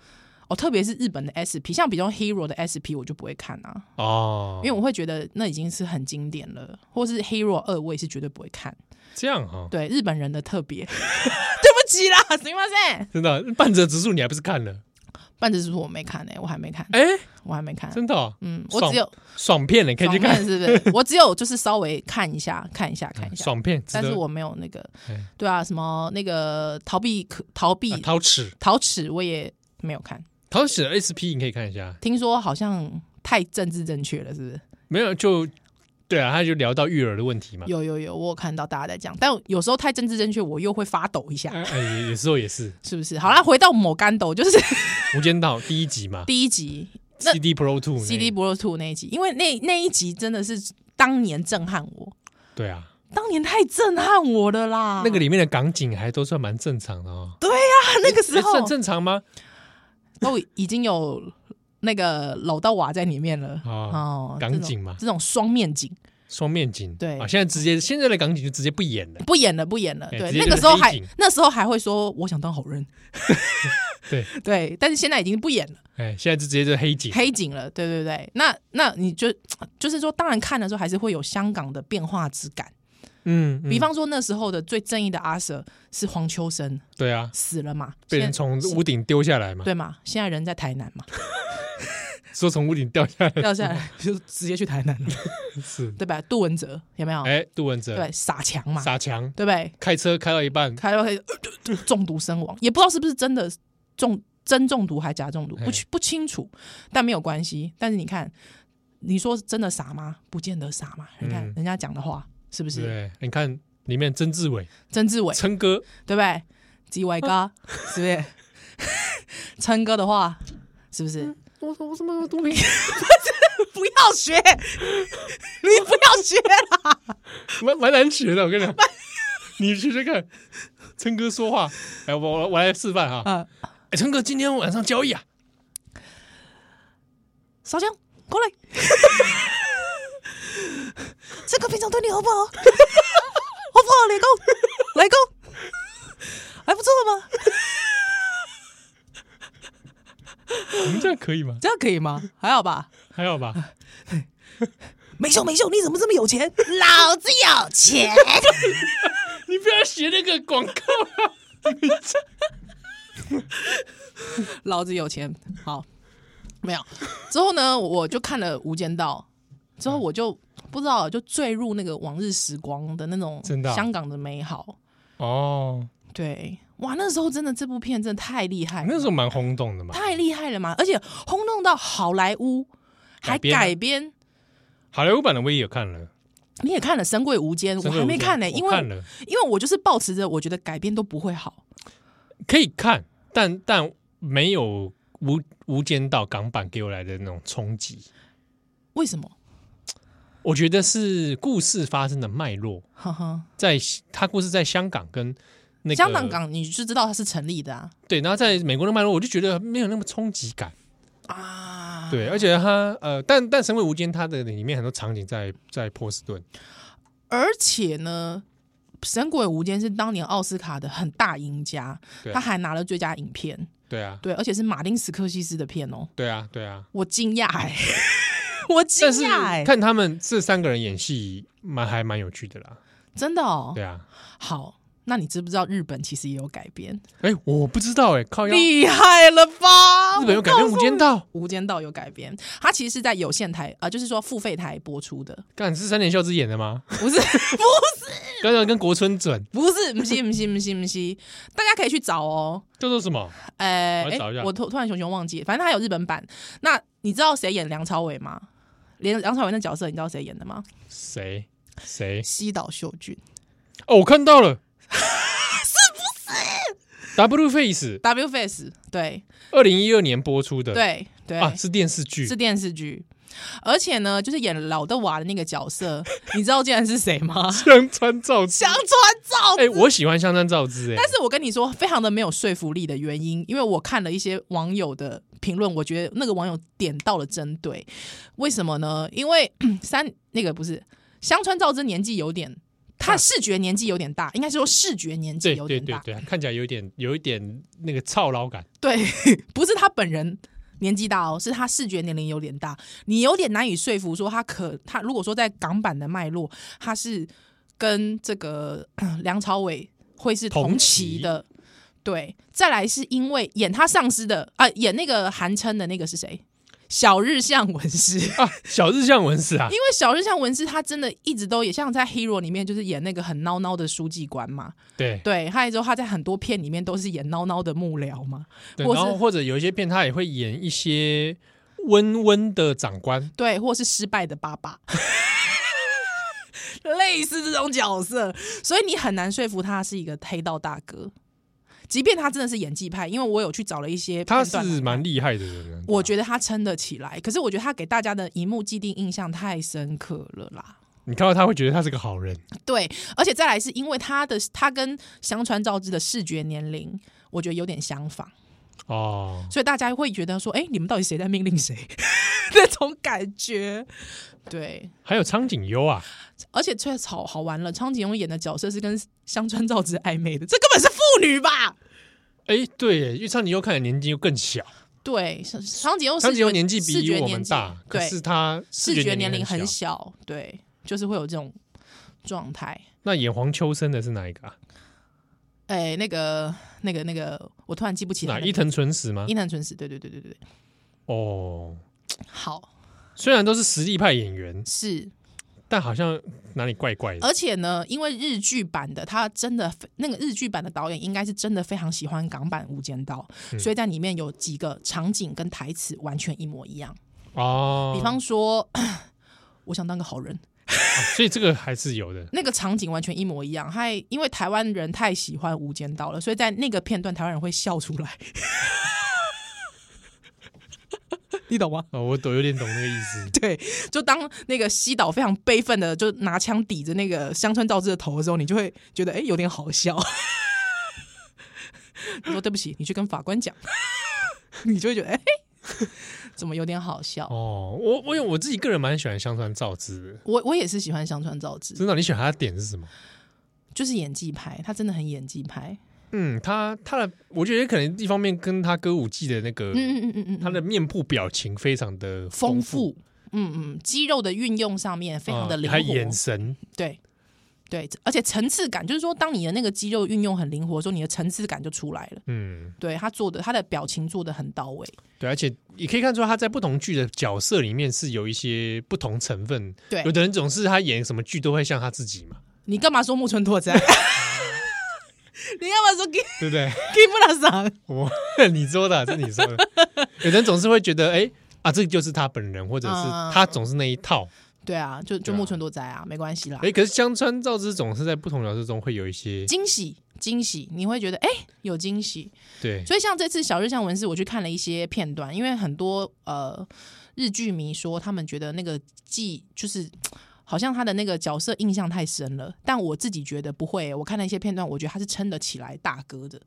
S2: 哦，特别是日本的 SP，像比较 Hero 的 SP，我就不会看啊，
S1: 哦
S2: 因，为我会觉得那已经是很经典了，或是 Hero 二，我也是绝对不会看。
S1: 这样哦哈，
S2: 对，日本人的特别，对 不起啦，すみません。
S1: 真的啊半泽直树你还不是看了？
S2: 半泽直树我没看欸呢、我还没看，
S1: 哎，
S2: 我还没看。
S1: 真的哦，
S2: 嗯，我
S1: 爽
S2: 只有
S1: 爽片呢，可以去
S2: 爽
S1: 看嗯
S2: 片，是不是？ 我只有就是稍微看一下，看一下，看一下。
S1: 爽片，值
S2: 但是
S1: 得啊
S2: 我没有那个
S1: 哎，
S2: 对啊，什么那个逃避可逃避
S1: 啊陶齿
S2: 陶齿我也没有看，
S1: 陶齿的 SP 你可以看一下，
S2: 听说好像太政治正确了，是不是？
S1: 没有就对啊，他就聊到育儿的问题嘛，
S2: 有有有，我有看到大家在讲，但有时候太政治正确，我又会发抖一下，
S1: 哎，哎有有时候也是
S2: 是不是？好啦，回到某干抖，就是
S1: 《无间道》第一集嘛
S2: 第一集那
S1: ，CD Pro Two 那
S2: 《CD 博 o Two》那一集，因为那那一集真的是当年震撼我，
S1: 对啊，
S2: 当年太震撼我了啦。
S1: 那个里面的港警还都算蛮正常的哦，
S2: 啊那个时
S1: 哎
S2: 候
S1: 算正常吗？
S2: 都已经有那个老到瓦在里面了
S1: 哦
S2: 哦，
S1: 港警嘛
S2: 这种这种双面警
S1: 双面警
S2: 对
S1: 啊，现在直接现在的港警就直接不演了，
S2: 不演了，不演了。
S1: 哎
S2: 对，
S1: 直接
S2: 那
S1: 就
S2: 个时候
S1: 是
S2: 还
S1: 黑警
S2: 那时候还会说我想当好人，
S1: 对
S2: 对，但是现在已经不演了，
S1: 哎，现在就直接就是黑警，
S2: 黑警了，对对对。那那你就就是说，当然看的时候还是会有香港的变化之感。
S1: 嗯，嗯
S2: 比方说那时候的最正义的阿 Sir 是黄秋生
S1: 对啊，
S2: 死了嘛，
S1: 被
S2: 现
S1: 人从屋顶丢下来嘛，
S2: 对嘛，现在人在台南 嘛，
S1: 说从屋顶掉下来
S2: 掉下来就直接去台南了，
S1: 是，
S2: 对吧？杜文泽有没有？
S1: 哎，杜文泽
S2: 哦对，傻强嘛，
S1: 傻强
S2: 对不对？
S1: 开车开到一半，
S2: 开到开始中毒身亡，也不知道是不是真的中真中毒还假中毒，
S1: 哎
S2: 不清不清楚，但没有关系。但是你看，你说真的傻吗？不见得傻嘛。你看
S1: 嗯
S2: 人家讲的话是不是？
S1: 对，你看里面曾志伟、
S2: 曾志伟
S1: 琛哥
S2: 对不对？ 吉伟哥是不是？琛哥的话是不是？
S1: 我我什么毒品？
S2: 不要学， 你不要学啦！
S1: 蛮蛮难学的，我跟你讲， 你学学看，琛哥说话，哎，我我我来示范哈。
S2: 啊，
S1: 哎，琛哥今天晚上交易啊，
S2: 烧香过来， 这个平常对你好不 好？好不好，雷公？ 雷公，还不错吧？
S1: 我们这样可以吗？
S2: 这样可以吗？还好吧？
S1: 还好吧？
S2: 美秀，美秀，你怎么这么有钱？老子有 钱！
S1: 你不要学那个广告啊！
S2: 老子有钱。好，没有。之后呢，我就看了《无间道》，之后我就不知道，就坠入那个往日时光的那种
S1: 真的啊
S2: 香港的美好。
S1: 哦，
S2: 对，哇，那时候真的这部片真的太厉害了，
S1: 那时候蛮轰动的嘛，
S2: 太厉害了嘛！而且轰动到好莱坞
S1: 改
S2: 还
S1: 编啊
S2: 改编。
S1: 好莱坞版的我也有看了，
S2: 你也看了《神鬼无间》，我还没看呢、因
S1: 我看
S2: 为
S1: 了
S2: 因为我就是抱持着我觉得改编都不会好，
S1: 可以看，但但没有无无间道港版给我来的那种冲击。
S2: 为什么？
S1: 我觉得是故事发生的脉络，
S2: 呵呵，
S1: 在他故事在香港跟那个
S2: 香港港你就知道它是成立的啊
S1: 对，然后在美国的脉络，我就觉得没有那么冲击感。
S2: 啊！
S1: 对，而且他呃，但但《神鬼无间》它的里面很多场景在在波士顿，
S2: 而且呢，《神鬼无间》是当年奥斯卡的很大赢家
S1: 对，
S2: 他还拿了最佳影片，
S1: 对啊，
S2: 对，而且是马丁·斯科西斯的片哦，
S1: 对啊，对啊。
S2: 我惊 讶哎，我惊
S1: 但是
S2: 讶哎，
S1: 看他们这三个人演戏，蛮还蛮有趣的啦。
S2: 真的哦
S1: 对。啊，
S2: 好，那你知不知道日本其实也有改编？
S1: 哎、我不知道哎、靠腰，日
S2: 厉害了吧？
S1: 本有改编《无间道》，
S2: 《无间道》有改编，它其实是在有线台啊、呃就是说付费台播出的，
S1: 干是三田孝之演的吗？
S2: 不是
S1: 刚刚跟国春准
S2: 不是，不是，不是，不是，不是，大家可以去找哦。
S1: 叫做什么？
S2: 呃，
S1: 我来
S2: 诶
S1: 找一下
S2: 我突突然熊熊忘记，反正它有日本版。那你知道谁演梁朝伟吗？连梁朝伟那角色，你知道谁演的吗？
S1: 谁谁？
S2: 西岛秀俊
S1: 哦，我看到 了，是不是？W Face
S2: ，W Face，对
S1: 二零一二年播出的，
S2: 对对、
S1: 啊，是电视剧
S2: 是，电视剧。而且呢，就是演老邓娃的那个 角色，你知道竟然是谁吗？
S1: 香川照之
S2: 香。川照
S1: 哎、我喜欢香川照之、哎
S2: 但，是我跟你说，非常的没有说服力的原因，因为我看了一些网友的评论，我觉得那个网友点到了针对。为什么呢？因为 三那个不是香川照之年纪有点，他视觉年纪有点大，应该是说视觉年纪
S1: 对
S2: 有
S1: 对
S2: 点
S1: 对
S2: 大，
S1: 对，看起来有点有一点那个操劳感。
S2: 对不是他本人。年纪大哦，是他视觉年龄有点大，你有点难以说服说他可他如果说在港版的脉络，他是跟这个梁朝伟会是同
S1: 同
S2: 期
S1: 期
S2: 的，对。再来是因为演他上司的啊、演那个韩琛的那个是谁？小日向文 师，因
S1: 啊，小日向文史啊，
S2: 为小日向文师他真的一直都也像在《Hero》里面就是演那个很孬孬的书记官嘛，
S1: 对
S2: 对。还有之后他在很多片里面都是演孬孬的幕僚嘛，
S1: 对，
S2: 或
S1: 然
S2: 是
S1: 后或者有一些片他也会演一些温温的长官，
S2: 对，或是失败的爸爸， 类似这种角色，所以你很难说服他是一个黑道大哥，即便他真的是演技派，因为我有去找了一些
S1: 他
S2: 片段来
S1: 是
S2: 看
S1: 蛮厉害的人啊。
S2: 我觉得他撑得起来，可是我觉得他给大家的荧幕既定印象太深刻了啦。
S1: 你看到他会觉得他是个好人，
S2: 对，而且再来是因为他的他跟香川照之的视觉年龄，我觉得有点相仿，
S1: 哦，
S2: 所以大家会觉得说，哎、你们到底谁在命令谁？ 那种感觉，对，
S1: 还有苍井优啊，
S2: 而且最好好玩了，苍井优演的角色是跟香川照之暧昧的，这根本是妇女吧？
S1: 哎，对耶，因为苍井优看起来年纪又更小，
S2: 对，苍苍井优
S1: 苍井优
S2: 哦视觉
S1: 年纪
S2: 视
S1: 比
S2: 觉
S1: 我们
S2: 年纪
S1: 大，可
S2: 对，
S1: 是他
S2: 视觉年龄很
S1: 小。
S2: 小，对，就是会有这种状态。
S1: 那演黄秋生的是哪一个啊？
S2: 哎，那个那个那个，我突然记不起来
S1: 哪
S2: 了。
S1: 伊藤纯史吗
S2: 伊？藤纯史，对对对对对对，
S1: 哦，
S2: 好
S1: 虽然都是实力派演员，
S2: 是，
S1: 但好像哪里怪怪的。
S2: 而且呢，因为日剧版的他真的非那个日剧版的导演应该是真的非常喜欢港版《无间道》
S1: 嗯
S2: 所以在里面有几个场景跟台词完全一模一样。
S1: 哦，
S2: 呃比方说， 我想当个好人，
S1: 啊所以这个还是有的。
S2: 那个场景完全一模一样。还因为台湾人太喜欢《无间道》了，所以 在那个片段，台湾人会笑出来。你懂吗？
S1: 哦，我懂，有点懂那个意思。
S2: 对，就当那个西岛非常悲愤的，就拿枪抵着那个香川照之的头的时候，你就会觉得哎、诶有点好笑。 你说对不起，你去跟法官讲， 你就会觉得哎、诶怎么有点好笑？
S1: 哦，我我有我自己个人蛮喜欢香川照之的，
S2: 我我也是喜欢香川照之，
S1: 真的，你喜欢他的点是什么？
S2: 就是演技派，他真的很演技派。
S1: 嗯，他他的，我觉得可能一方面跟他歌舞伎的那个，
S2: 嗯嗯嗯嗯嗯，
S1: 他的面部表情非常的
S2: 丰
S1: 富，
S2: 富，嗯嗯，肌肉的运用上面非常的
S1: 嗯
S2: 灵活，
S1: 还眼神，
S2: 对对，而且层次感就是说，当你的那个肌肉运用很灵活的时候，你的层次感就出来了。
S1: 嗯，
S2: 对他做的，他的表情做的很到位。
S1: 对，而且也可以看出他在不同剧的角色里面是有一些不同成分，
S2: 对
S1: 有的人总是他演什么剧都会像他自己嘛，
S2: 你干嘛说木村 拓哉？你干嘛说 Kim
S1: 对不对？
S2: Kim 不上？
S1: 我你说的啊，这你说的，有的人总是会觉得，哎、啊，这就是他本人，或者是
S2: 嗯
S1: 他总是那一套，
S2: 对啊，就就
S1: 对啊
S2: 木村拓哉啊，没关系啦
S1: 哎、。可是香川照之总是在不同角色中会有一些，
S2: 惊喜惊喜，你会觉得哎、有惊喜。
S1: 对，
S2: 所以像这次小日向文世，我去看了一些片段，因为很多呃日剧迷说他们觉得那个记就是。好像他的那个角色印象太深了，但我自己觉得不会、我看了一些片段，我觉得他是撑得起来大哥的。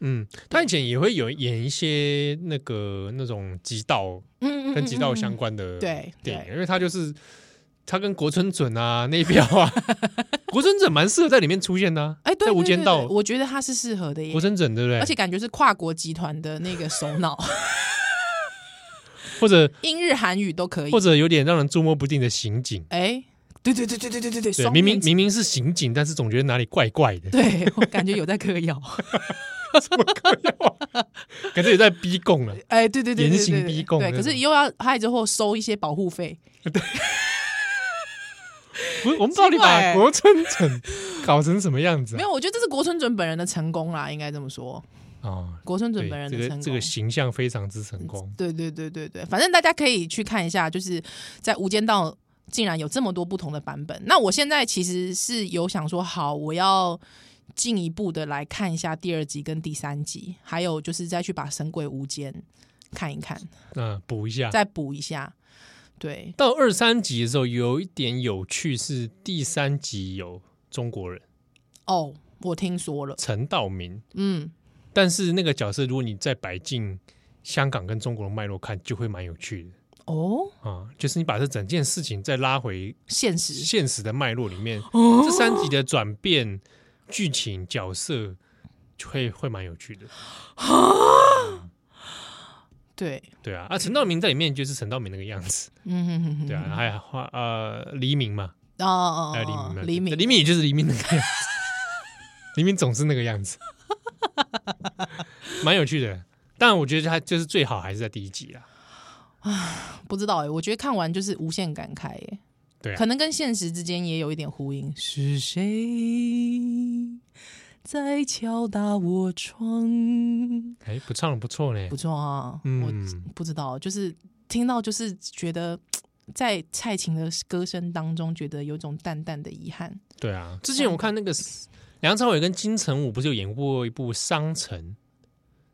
S1: 嗯，他以前也会有演一些那个那种极道
S2: 嗯嗯嗯
S1: 跟极道相关的
S2: 对
S1: 电
S2: 对
S1: 影，因为他就是他跟国村准啊、内表 啊，国村准蛮适合在里面出现的啊、
S2: 哎、
S1: 在
S2: 对对
S1: 《无
S2: 对
S1: 间
S2: 对
S1: 道》
S2: 我觉得他是适合的耶
S1: 国，村准对不对？
S2: 而且感觉是跨国集团的那个首 脑，
S1: 或者
S2: 英日韩语都可以
S1: 或。者有点让人捉摸不定的刑警，
S2: 哎、对对对对对对对
S1: 对，
S2: 对，双
S1: 明明
S2: 面
S1: 明明是刑警，但是总觉得哪里怪怪的，
S2: 对我感觉有在嗑药。
S1: 感觉也在逼供 了。
S2: 哎，对对对，对
S1: 严刑
S2: 对对
S1: 逼供
S2: 对，
S1: 那
S2: 可是
S1: 种
S2: 又要害之后收一些保护费，
S1: 不是，我们到底把
S2: 奇怪
S1: 国村准搞成什么样子
S2: 没
S1: 啊？
S2: 有，我觉得这是国村准本人的成功啦，应该这么说，
S1: 哦，
S2: 国村准
S1: 对
S2: 本人，
S1: 这
S2: 的成
S1: 个
S2: 功。
S1: 这个形象非常之成功。
S2: 对对对对对，反正大家可以去看一下，就是在《无间道》竟然有这么多不同的版本。那我现在其实是有想说，好，我要进一步的来看一下第二集跟第三集，还有就是再去把《神鬼无间》看一看，
S1: 嗯，补一下。
S2: 再补一下。对，
S1: 到二三集的时候，有一点有趣是第三集有中国人
S2: 哦，我听说了，
S1: 陈道明，
S2: 嗯，
S1: 但是那个角色如果你再摆进香港跟中国的脉络看，就会蛮有趣的
S2: 哦，
S1: 啊、就是你把这整件事情再拉回
S2: 现实
S1: 现实的脉络里面，
S2: 哦
S1: 这三集的转变、剧情、角色，就会会蛮有趣的。
S2: 对，
S1: 对啊，啊，陈道明在里面就是陈道明那个样子，
S2: 嗯哼哼哼，
S1: 对啊，还有花呃黎明嘛，哎
S2: 哦哦
S1: 还有黎明
S2: 哦
S1: 嘛，，
S2: 黎明，
S1: 黎明也就是黎明那个样子， 黎明总是那个样子， 蛮有趣的。但我觉得他就是最好还是在第一集啊啦，
S2: 不知道哎、我觉得看完就是无限感慨耶、
S1: 对啊
S2: 可能跟现实之间也有一点呼应。是谁在敲打我窗？
S1: 哎，不唱的不错呢
S2: 不，错啊，
S1: 嗯
S2: 我不知道，就是听到就是觉得在蔡琴的歌声当中，觉得有种淡淡的遗憾。
S1: 对啊。之前我看那个梁朝伟跟金城武不是有演过一部《伤城》，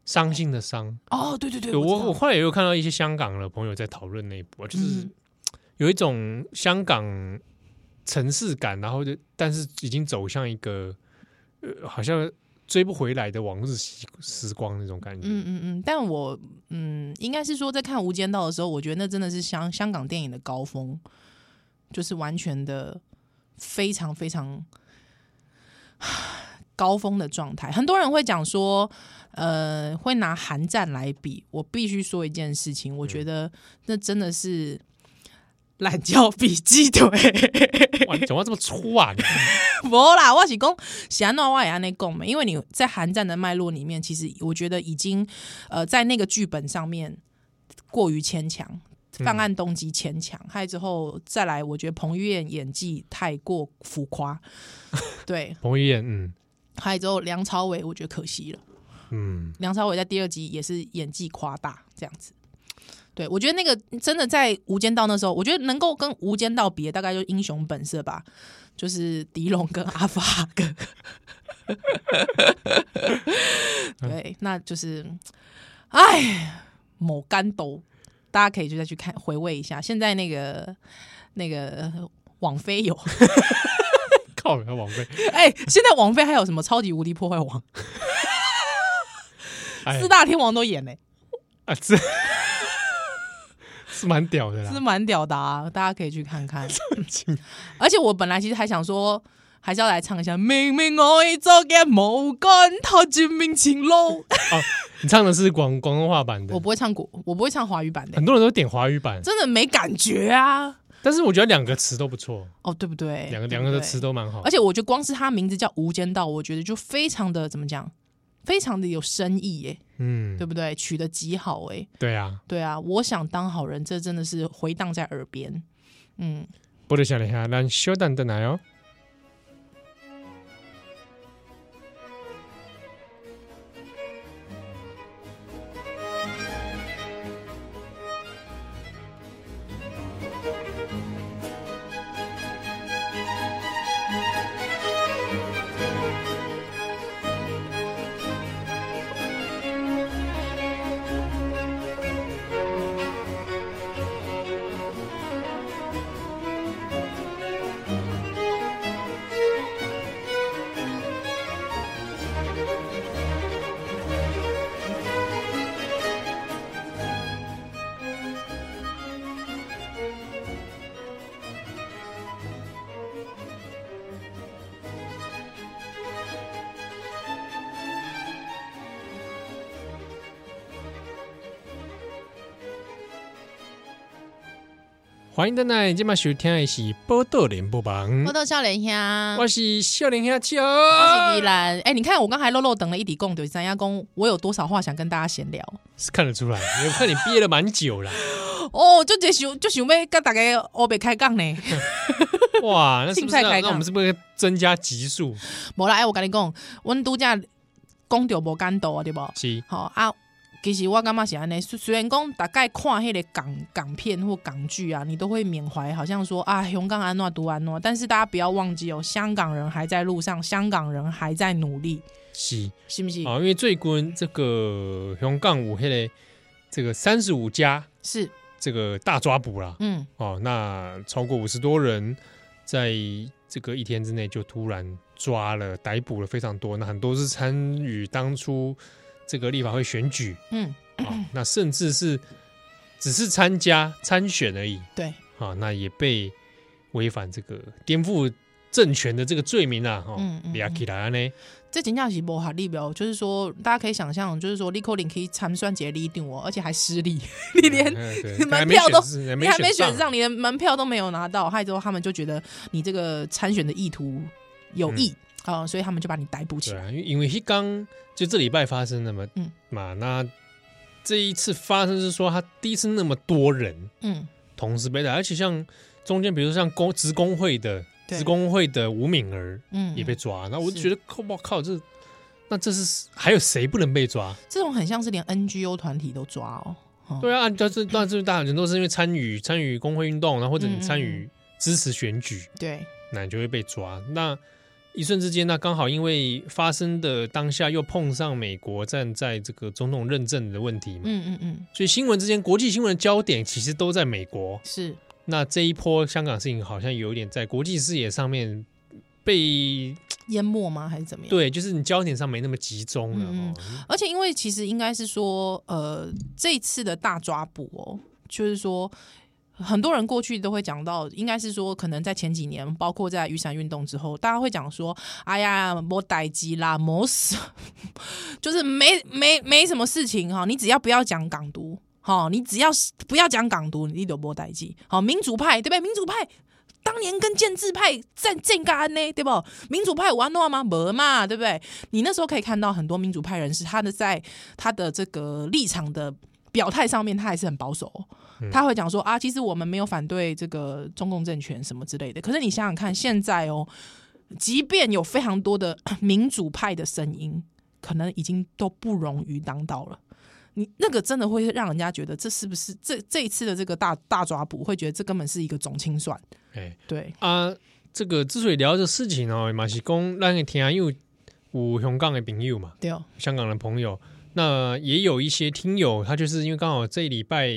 S1: 伤心的伤。
S2: 哦，对对对，
S1: 对
S2: 我
S1: 我我
S2: 知道
S1: 后来也有看到一些香港的朋友在讨论那一部啊，就是
S2: 嗯
S1: 有一种香港城市感，然后就但是已经走向一个呃，好像追不回来的往日时时光那种感觉。
S2: 嗯嗯嗯，但我嗯，应该是说在看《无间道》的时候，我觉得那真的是香香港电影的高峰，就是完全的非常非常 高峰的状态。很多人会讲说，呃，会拿韩战来比。我必须说一件事情，我觉得那真的是懒觉比鸡腿。
S1: 哇，你讲话这么粗啊！ 你
S2: 无啦，我是讲是安怎我也安尼讲嘛，因为你在韩战的脉络里面，其实我觉得已经呃在那个剧本上面过于牵强，犯案动机牵强，还有之后再来，我觉得彭于晏演技太过浮夸，对，
S1: 彭于晏，嗯
S2: 还有之后梁朝伟，我觉得可惜了。
S1: 嗯，
S2: 梁朝伟在第二集也是演技夸大这样子。对，我觉得那个真的在《无间道》那时候，我觉得能够跟《无间道》比，大概就是《英雄本色》吧，就是狄龙跟阿法哥。对，那就是，哎，某干斗大家可以就再去看回味一下。现在那个那个网飞有，
S1: 靠人家王菲，
S2: 哎、现在网飞还有什么超级无敌破坏王，
S1: 哎
S2: 四大天王都演呢、
S1: 啊，这 是蛮屌的
S2: 是
S1: 啦，
S2: 蛮屌的啊，大家可以去看 看。
S1: 经
S2: 而且我本来其实还想说，还是要来唱一下《明明我已做嘅无干他真命情路》，
S1: 你唱的是广广东话版的
S2: 我，不会唱国，我不会唱华语版的、
S1: 很多人都点华语版，
S2: 真的没感觉啊。
S1: 但是我觉得两个词都不错，
S2: 哦，对不对？
S1: 两个
S2: 对
S1: 两
S2: 不
S1: 个的
S2: 对
S1: 词都蛮好
S2: 而。且我觉得光是他名字叫《无间道》，我觉得就非常的怎么讲，非常的有深意耶，
S1: 嗯
S2: 对，不对？取得极好哎，
S1: 对啊，
S2: 对啊，我想当好人，这真的是回荡在耳边。嗯，
S1: 波多小林哈，咱稍等等来哦。欢迎回来，今晚收听的是《波多连播榜》，
S2: 我到笑脸香，
S1: 我是笑林下秋，
S2: 我是依兰。哎、你看我刚才漏漏等了一底供，对三亚公，我有多少话想跟大家闲聊？
S1: 是看得出来，我看你憋了蛮久了，
S2: 哦，就这想就想要跟大家欧北开杠呢。
S1: 哇，那是不是
S2: 凊彩
S1: 要
S2: 开
S1: 那
S2: 讲
S1: 我们是不是要增加集数？
S2: 无啦，哎，我跟你讲，阮拄则讲着无简单啊，对无？
S1: 是
S2: 吼啊，其实我感觉是安尼，虽虽然讲大概看迄个港港片或港剧啊，你都会缅怀，好像说啊，香港安怎独安怎，但是大家不要忘记哦，香港人还在路上，香港人还在努力，
S1: 是
S2: 是不是？
S1: 啊，因为最近这个香港五黑嘞，这个三十五家
S2: 是，
S1: 这个大抓捕啦，
S2: 嗯，
S1: 哦，那超过五十多人在这个一天之内就突然抓了、逮捕了非常多，那很多是参与当初这个立法会选举，
S2: 嗯，
S1: 啊、那甚至是只是参加参选而已
S2: 对，
S1: 啊、那也被违反这个颠覆政权的这个罪名啊，哦，
S2: 嗯嗯
S1: 抓起来呢，
S2: 这真正是无合理的哦，就是说大家可以想象，就是说你可能可以参选一个里长哦，而且还失 利，你连
S1: 嗯对
S2: 你门
S1: 还没
S2: 票
S1: 选
S2: 都
S1: 是还
S2: 你还没
S1: 选
S2: 选，上，你连门票都没有拿到，害之后他们就觉得你这个参选的意图有意
S1: 嗯
S2: 啊、所以他们就把你逮捕起
S1: 对
S2: 来。
S1: 啊，因为因为刚就这礼拜发生的嘛，
S2: 嗯
S1: 嘛，那这一次发生是说他第一次那么多人
S2: 嗯，
S1: 同时被逮，而且像中间比如说像工职工会的
S2: 对
S1: 职工会的吴敏儿
S2: 嗯，
S1: 也被抓，那我就是觉得靠我靠这。那这是还有谁不能被抓？
S2: 这种很像是连 NGO 团体都抓哦。哦
S1: 对啊，但是但是大很多是因为参与参与工会运动，然后或者
S2: 嗯
S1: 你
S2: 嗯
S1: 参与支持选举，
S2: 对
S1: 那你就会被抓。那一瞬之间，那刚好因为发生的当下又碰上美国站在这个总统认证的问题嘛，
S2: 嗯嗯嗯，
S1: 所以新闻之间国际新闻的焦点其实都在美国。
S2: 是
S1: 那这一波香港事情好像有点在国际视野上面被
S2: 淹没吗？还是怎么样？
S1: 对，就是你焦点上没那么集中了、
S2: 嗯
S1: 哦。
S2: 而且因为其实应该是说，呃，这一次的大抓捕哦，就是说。很多人过去都会讲到，应该是说，可能在前几年，包括在雨伞运动之后，大家会讲说：“哎呀，没逮鸡啦，没死， 就是没没没什么事情哈。你只要不要讲港独，好，你只要不要讲港独，你就没逮鸡。好，民主派对不对？民主派当年跟建制派战战干呢，对不？民主派有安诺吗？没嘛，对不对？你那时候可以看到很多民主派人士，他的在他的这个立场的表态上面，他还是很保守哦、
S1: 嗯
S2: 他会讲说啊，其实我们没有反对这个中共政权什么之类的。可是你想想看，现在哦，即便有非常多的 民主派的声音，可能已经都不容于当道了。你那个真的会让人家觉得，这是不是这这一次的这个大大抓捕，会觉得这根本是一个总清算？
S1: 哎
S2: 对，
S1: 啊，这个之所以聊这事情哦，马西公让你听又有香港的朋友嘛，
S2: 对哦，
S1: 香港的朋友，那也有一些听友，他就是因为刚好这一礼拜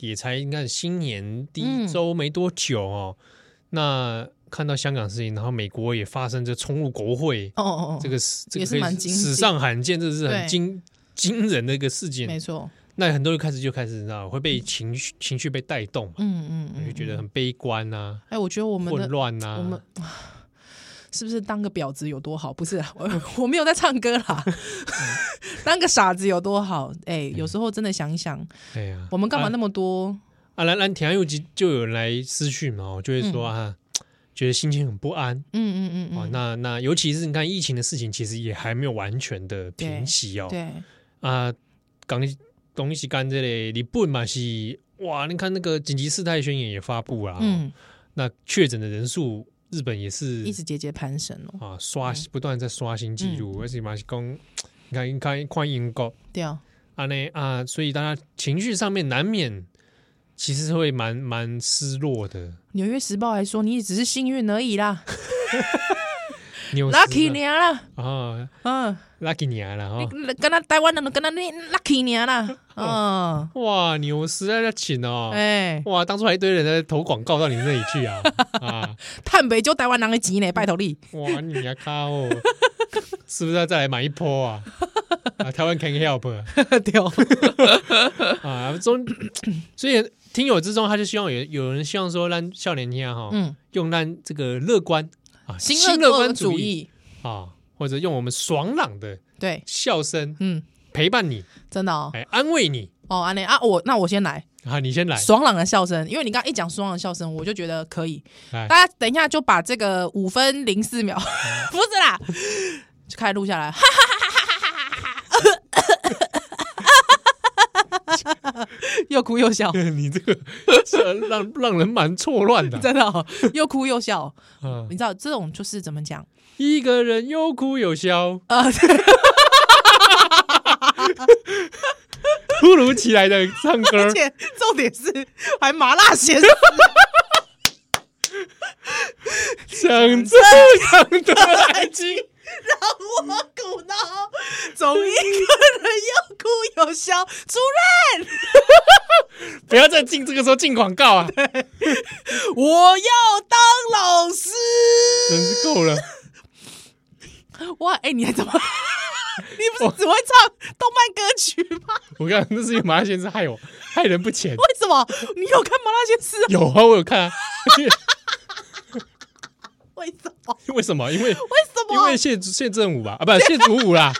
S1: 也才你看新年第一
S2: 嗯
S1: 周没多久哦，那看到香港事情，然后美国也发生这冲入国会，
S2: 哦哦哦，
S1: 这个是这
S2: 也
S1: 个
S2: 是
S1: 可以
S2: 蛮惊
S1: 史上罕见，这是很
S2: 对
S1: 惊惊人的一个事件。
S2: 没错，
S1: 那很多人开始就开始你知道会被情绪情绪被带动嘛，
S2: 嗯嗯嗯，
S1: 就觉得很悲观啊、
S2: 哎，我觉得我们
S1: 混
S2: 的
S1: 乱
S2: 我们
S1: 啊。
S2: 是不是当个婊子有多好？不是啊，
S1: 嗯
S2: 我 我没有在唱歌啦， 当个傻子有多好？哎，
S1: 嗯
S2: 有时候真的想一想，
S1: 哎呀，
S2: 我们干嘛那么多？
S1: 啊，兰兰田又吉就有人来私讯嘛，我就会
S2: 嗯
S1: 说啊，觉得心情很不安
S2: 嗯嗯嗯
S1: 啊。
S2: 嗯，
S1: 那那尤其是你看疫情的事情，其实也还没有完全的平息哦。
S2: 对，
S1: 啊，港东西干这类，你不嘛是哇？你看那个紧急事态宣言也发布了、嗯，
S2: 嗯，
S1: 那确诊的人数，日本也是
S2: 一直嗯节节攀升哦，
S1: 啊刷不断在刷新记录，而且嘛是讲，你看你看看英国
S2: 对啊，
S1: 啊那啊，所以大家情绪上面难免其实会蛮蛮失落的。
S2: 《纽约时报》还说你也只是幸运而已啦
S1: 你有
S2: ，lucky
S1: 呢
S2: 你啦，
S1: 啊
S2: 嗯，
S1: ，lucky 你啊了哈！
S2: 你跟他台湾人都跟他你 lucky 你啦，嗯，
S1: 哇，牛实在在请哦。
S2: 哎，
S1: 哇，当初还一堆人在投广告到你们那里去啊 啊！
S2: 探北就台湾人的钱呢，拜托你，
S1: 哇，你呀靠哦，是不是要再来买一波啊？啊，台湾 can help
S2: 对哦，
S1: 啊，中，所以听友之中，他就希望有有人希望说让少年天哈、
S2: 嗯，
S1: 用让这个乐观啊，
S2: 新
S1: 乐
S2: 乐
S1: 观
S2: 观
S1: 主
S2: 主
S1: 义
S2: 义，
S1: 啊，或者用我们爽朗的
S2: 对，
S1: 笑声
S2: 嗯，
S1: 陪伴你，
S2: 真的哦，
S1: 哎，安慰你
S2: 哦，安内啊，我那我先来，
S1: 啊，你 先来，
S2: 爽朗的笑声，因为你刚刚一讲爽朗的笑声，我就觉得可以。
S1: 哎
S2: 大家等一下就把这个五分零四秒， 不是啦，就开始录下来。 哈哈哈哈哈哈哈哈哈哈哈哈哈又哭又笑，
S1: 你这个 是让让人蛮错乱 的
S2: 真的、哦、又哭又笑。
S1: 啊！
S2: 你知道这种就是怎么讲？
S1: 一个人又哭又笑，
S2: 呃，
S1: 突如其来的唱歌
S2: 而，且重点是还麻辣鲜师，
S1: 像这样的爱情，
S2: 让我苦恼，总一个人又哭又笑。主任，
S1: 不要再进这个时候进广告啊，
S2: 我要当老师。
S1: 真是够了。
S2: 哇，哎、你 还怎么？你不是只会唱动漫歌曲吗？
S1: 我看那是因为麻辣先生害我，害人不浅。
S2: 为什么？你有看《麻辣鲜师》啊？
S1: 有啊，我有看啊。
S2: 为什么？
S1: 为什么？因为
S2: 为什
S1: 因为
S2: 么？
S1: 谢谢振武吧，啊，不谢祖武啦，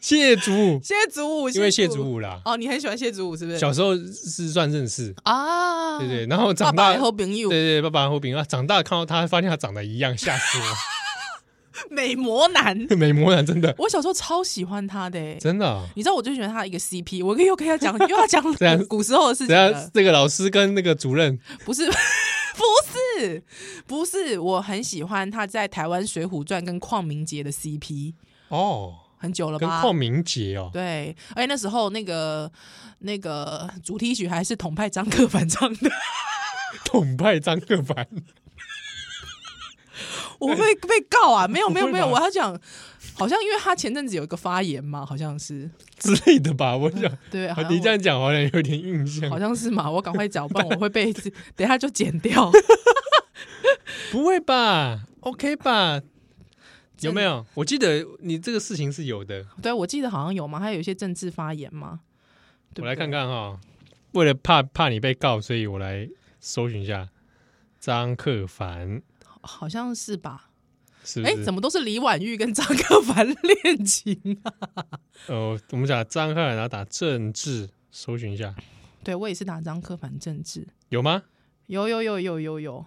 S1: 谢祖武，
S2: 谢祖武，
S1: 因为谢
S2: 祖
S1: 祖武啦，
S2: 哦，你很喜欢谢祖武是不是？
S1: 小时候是算认识，
S2: 啊，
S1: 对对，，然后
S2: 爸
S1: 长
S2: 爸
S1: 大
S2: 的好朋友，
S1: 对对，爸爸和饼啊，长大看到他，发现他长得一样，吓死
S2: 美魔男，
S1: 我！ 美魔男真的
S2: 我小时候超喜欢他的、欸。
S1: 真的、哦，
S2: 你知道我最喜欢他的一个 CP，我又跟他讲又要讲
S1: 这样
S2: 古时候的事
S1: 等
S2: 情
S1: 下
S2: 了，
S1: 这个老师跟那个主任
S2: 不是不是不是，我很喜欢他在台湾《水浒传》跟邝明杰的 CP，
S1: 哦，
S2: 很久了
S1: 跟
S2: 吧？
S1: 邝明杰哦，
S2: 对，而且那时候那个那个主题曲还是统派张克凡唱的，
S1: 统派张克凡，
S2: 我会被告啊！没有没有
S1: 不会吧
S2: 没有，我要讲，好像因为他前阵子有一个发言嘛，好像是
S1: 之类的吧？我想，
S2: 对，好
S1: 啊
S2: 像
S1: 你这
S2: 我
S1: 样讲好像有点印象
S2: 嗯好，像是嘛，我赶快找，不然我 会被等一下就剪掉。
S1: 不会吧？OK 吧？有没有？我记得你这个事情是有的，
S2: 对，我记得好像有嘛，还有一些政治发言嘛。对不
S1: 我
S2: 对
S1: 来看看哈、为了怕怕你被告，所以我来搜寻一下张克凡
S2: 好，好像是吧？
S1: 是不
S2: 哎
S1: 是？，
S2: 怎么都是李婉玉跟张克凡 恋情啊？
S1: 呃，我们讲张克凡，然后打政治，搜寻一下
S2: 对我也是打张克凡政治，
S1: 有吗？
S2: 有有有有有有。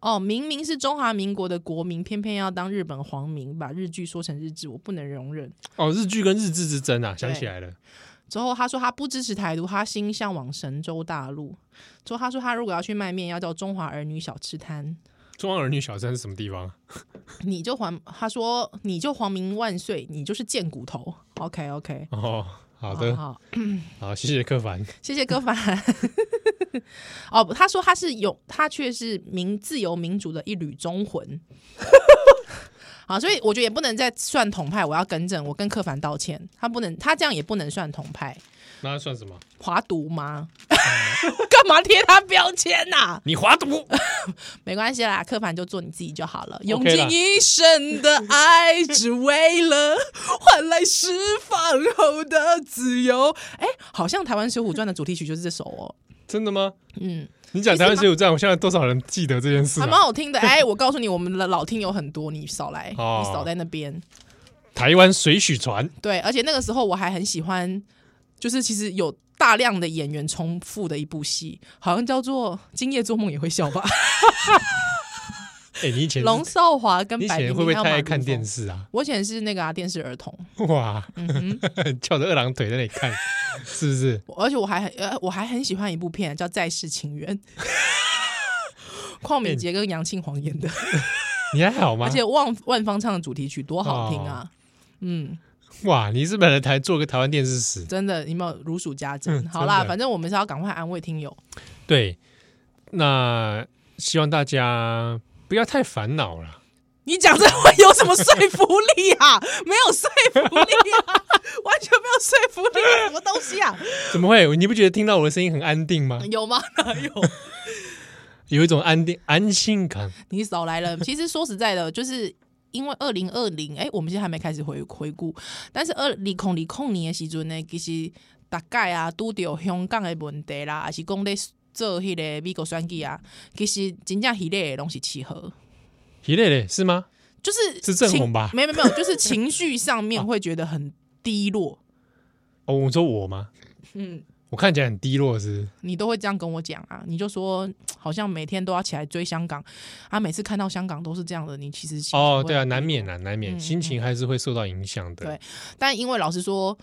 S2: 哦，明明是中华民国的国民，偏偏要当日本皇民，把日剧说成日志，我不能容忍。
S1: 哦，日剧跟日志之争啊，想起来了，
S2: 之后他说他不支持台独，他心向往神州大陆。之后他说他如果要去卖面，要叫中华儿女小吃摊，
S1: 中央儿女小三是什么地方？啊
S2: 你就皇，他说你就皇民万岁，你就是贱骨头。OK OK，
S1: 哦，好的，
S2: 好，
S1: 好，谢谢柯凡。
S2: 谢谢哥凡。 哦，他说他 是有，他却是民自由民主的一缕忠魂。啊，所以我觉得也不能再算统派，我要更正，我跟柯凡道歉，他不能，他这样也不能算统派，
S1: 那他算什么？
S2: 华独吗？ 干嘛贴他标签呐、
S1: 你华独，
S2: 没关系啦，柯凡就做你自己就好了，用
S1: OK
S2: 尽
S1: 啦
S2: 一生的爱，只为了换来释放后的自由。哎，好像台湾《水浒传》的主题曲就是这首哦，
S1: 真的吗？
S2: 嗯，
S1: 你讲台湾水浒传，我现在多少人记得这件事、
S2: 还
S1: 啊
S2: 蛮？好听的。哎，我告诉你，我们的老听友很多，你少来，
S1: 哦
S2: 你少在那边。
S1: 台湾水浒传，
S2: 对，而且那个时候我还很喜欢，就是其实有大量的演员重复的一部戏，好像叫做《今夜做梦也会笑》吧，
S1: 哎、 你以前
S2: 龙少华跟
S1: 你以
S2: 白
S1: 前
S2: 冰
S1: 会不会
S2: 冰还有
S1: 太
S2: 马
S1: 爱
S2: 如
S1: 看电
S2: 风？
S1: 视啊？
S2: 我以前是那个啊电视儿童，
S1: 哇，
S2: 嗯
S1: 翘着二郎腿在那里看，是不是？
S2: 我而且我还很呃，我还很喜欢一部片叫《再世情缘》， 邝敏杰跟杨庆煌演的，
S1: 你还好吗
S2: 而？且万万芳唱的主题曲多好听啊！
S1: 哦
S2: 嗯，
S1: 哇，你是本来台做个台湾电视史，
S2: 真的，你们有如数家珍。
S1: 嗯
S2: 好啦，
S1: 真的
S2: 反正我们是要赶快安慰听友。
S1: 对，那希望大家不要太烦恼了。
S2: 你讲这话有什么说服力 啊？没有说服力啊，完全没有说服力、啊，什么东西啊？
S1: 怎么会？你不觉得听到我的声音很安定吗？
S2: 有吗？哪有？
S1: 有一种安定安心感。
S2: 你少来了。其实说实在的，就是因为二零二零，哎，我们现在还没开始回回顾，但是二零控零控年的时阵呢，其实大概啊，拄着香港的问题啦，还是讲咧做迄个美国选举啊，其实真正系列的拢是契合。
S1: 一类嘞是吗？
S2: 就是
S1: 是正
S2: 情
S1: 红吧
S2: 没有没有没有，就是情绪上面会觉得很低落。
S1: 哦，我说我吗？
S2: 嗯，
S1: 我看起来很低落是不是？
S2: 你都会这样跟我讲啊，你就说好像每天都要起来追香港啊，每次看到香港都是这样的，你其实心情
S1: 哦
S2: 会，
S1: 对啊，
S2: 很低
S1: 难
S2: 落
S1: 免啊，难免，
S2: 嗯
S1: 心情还是会受到影响的。
S2: 对但因为老实说，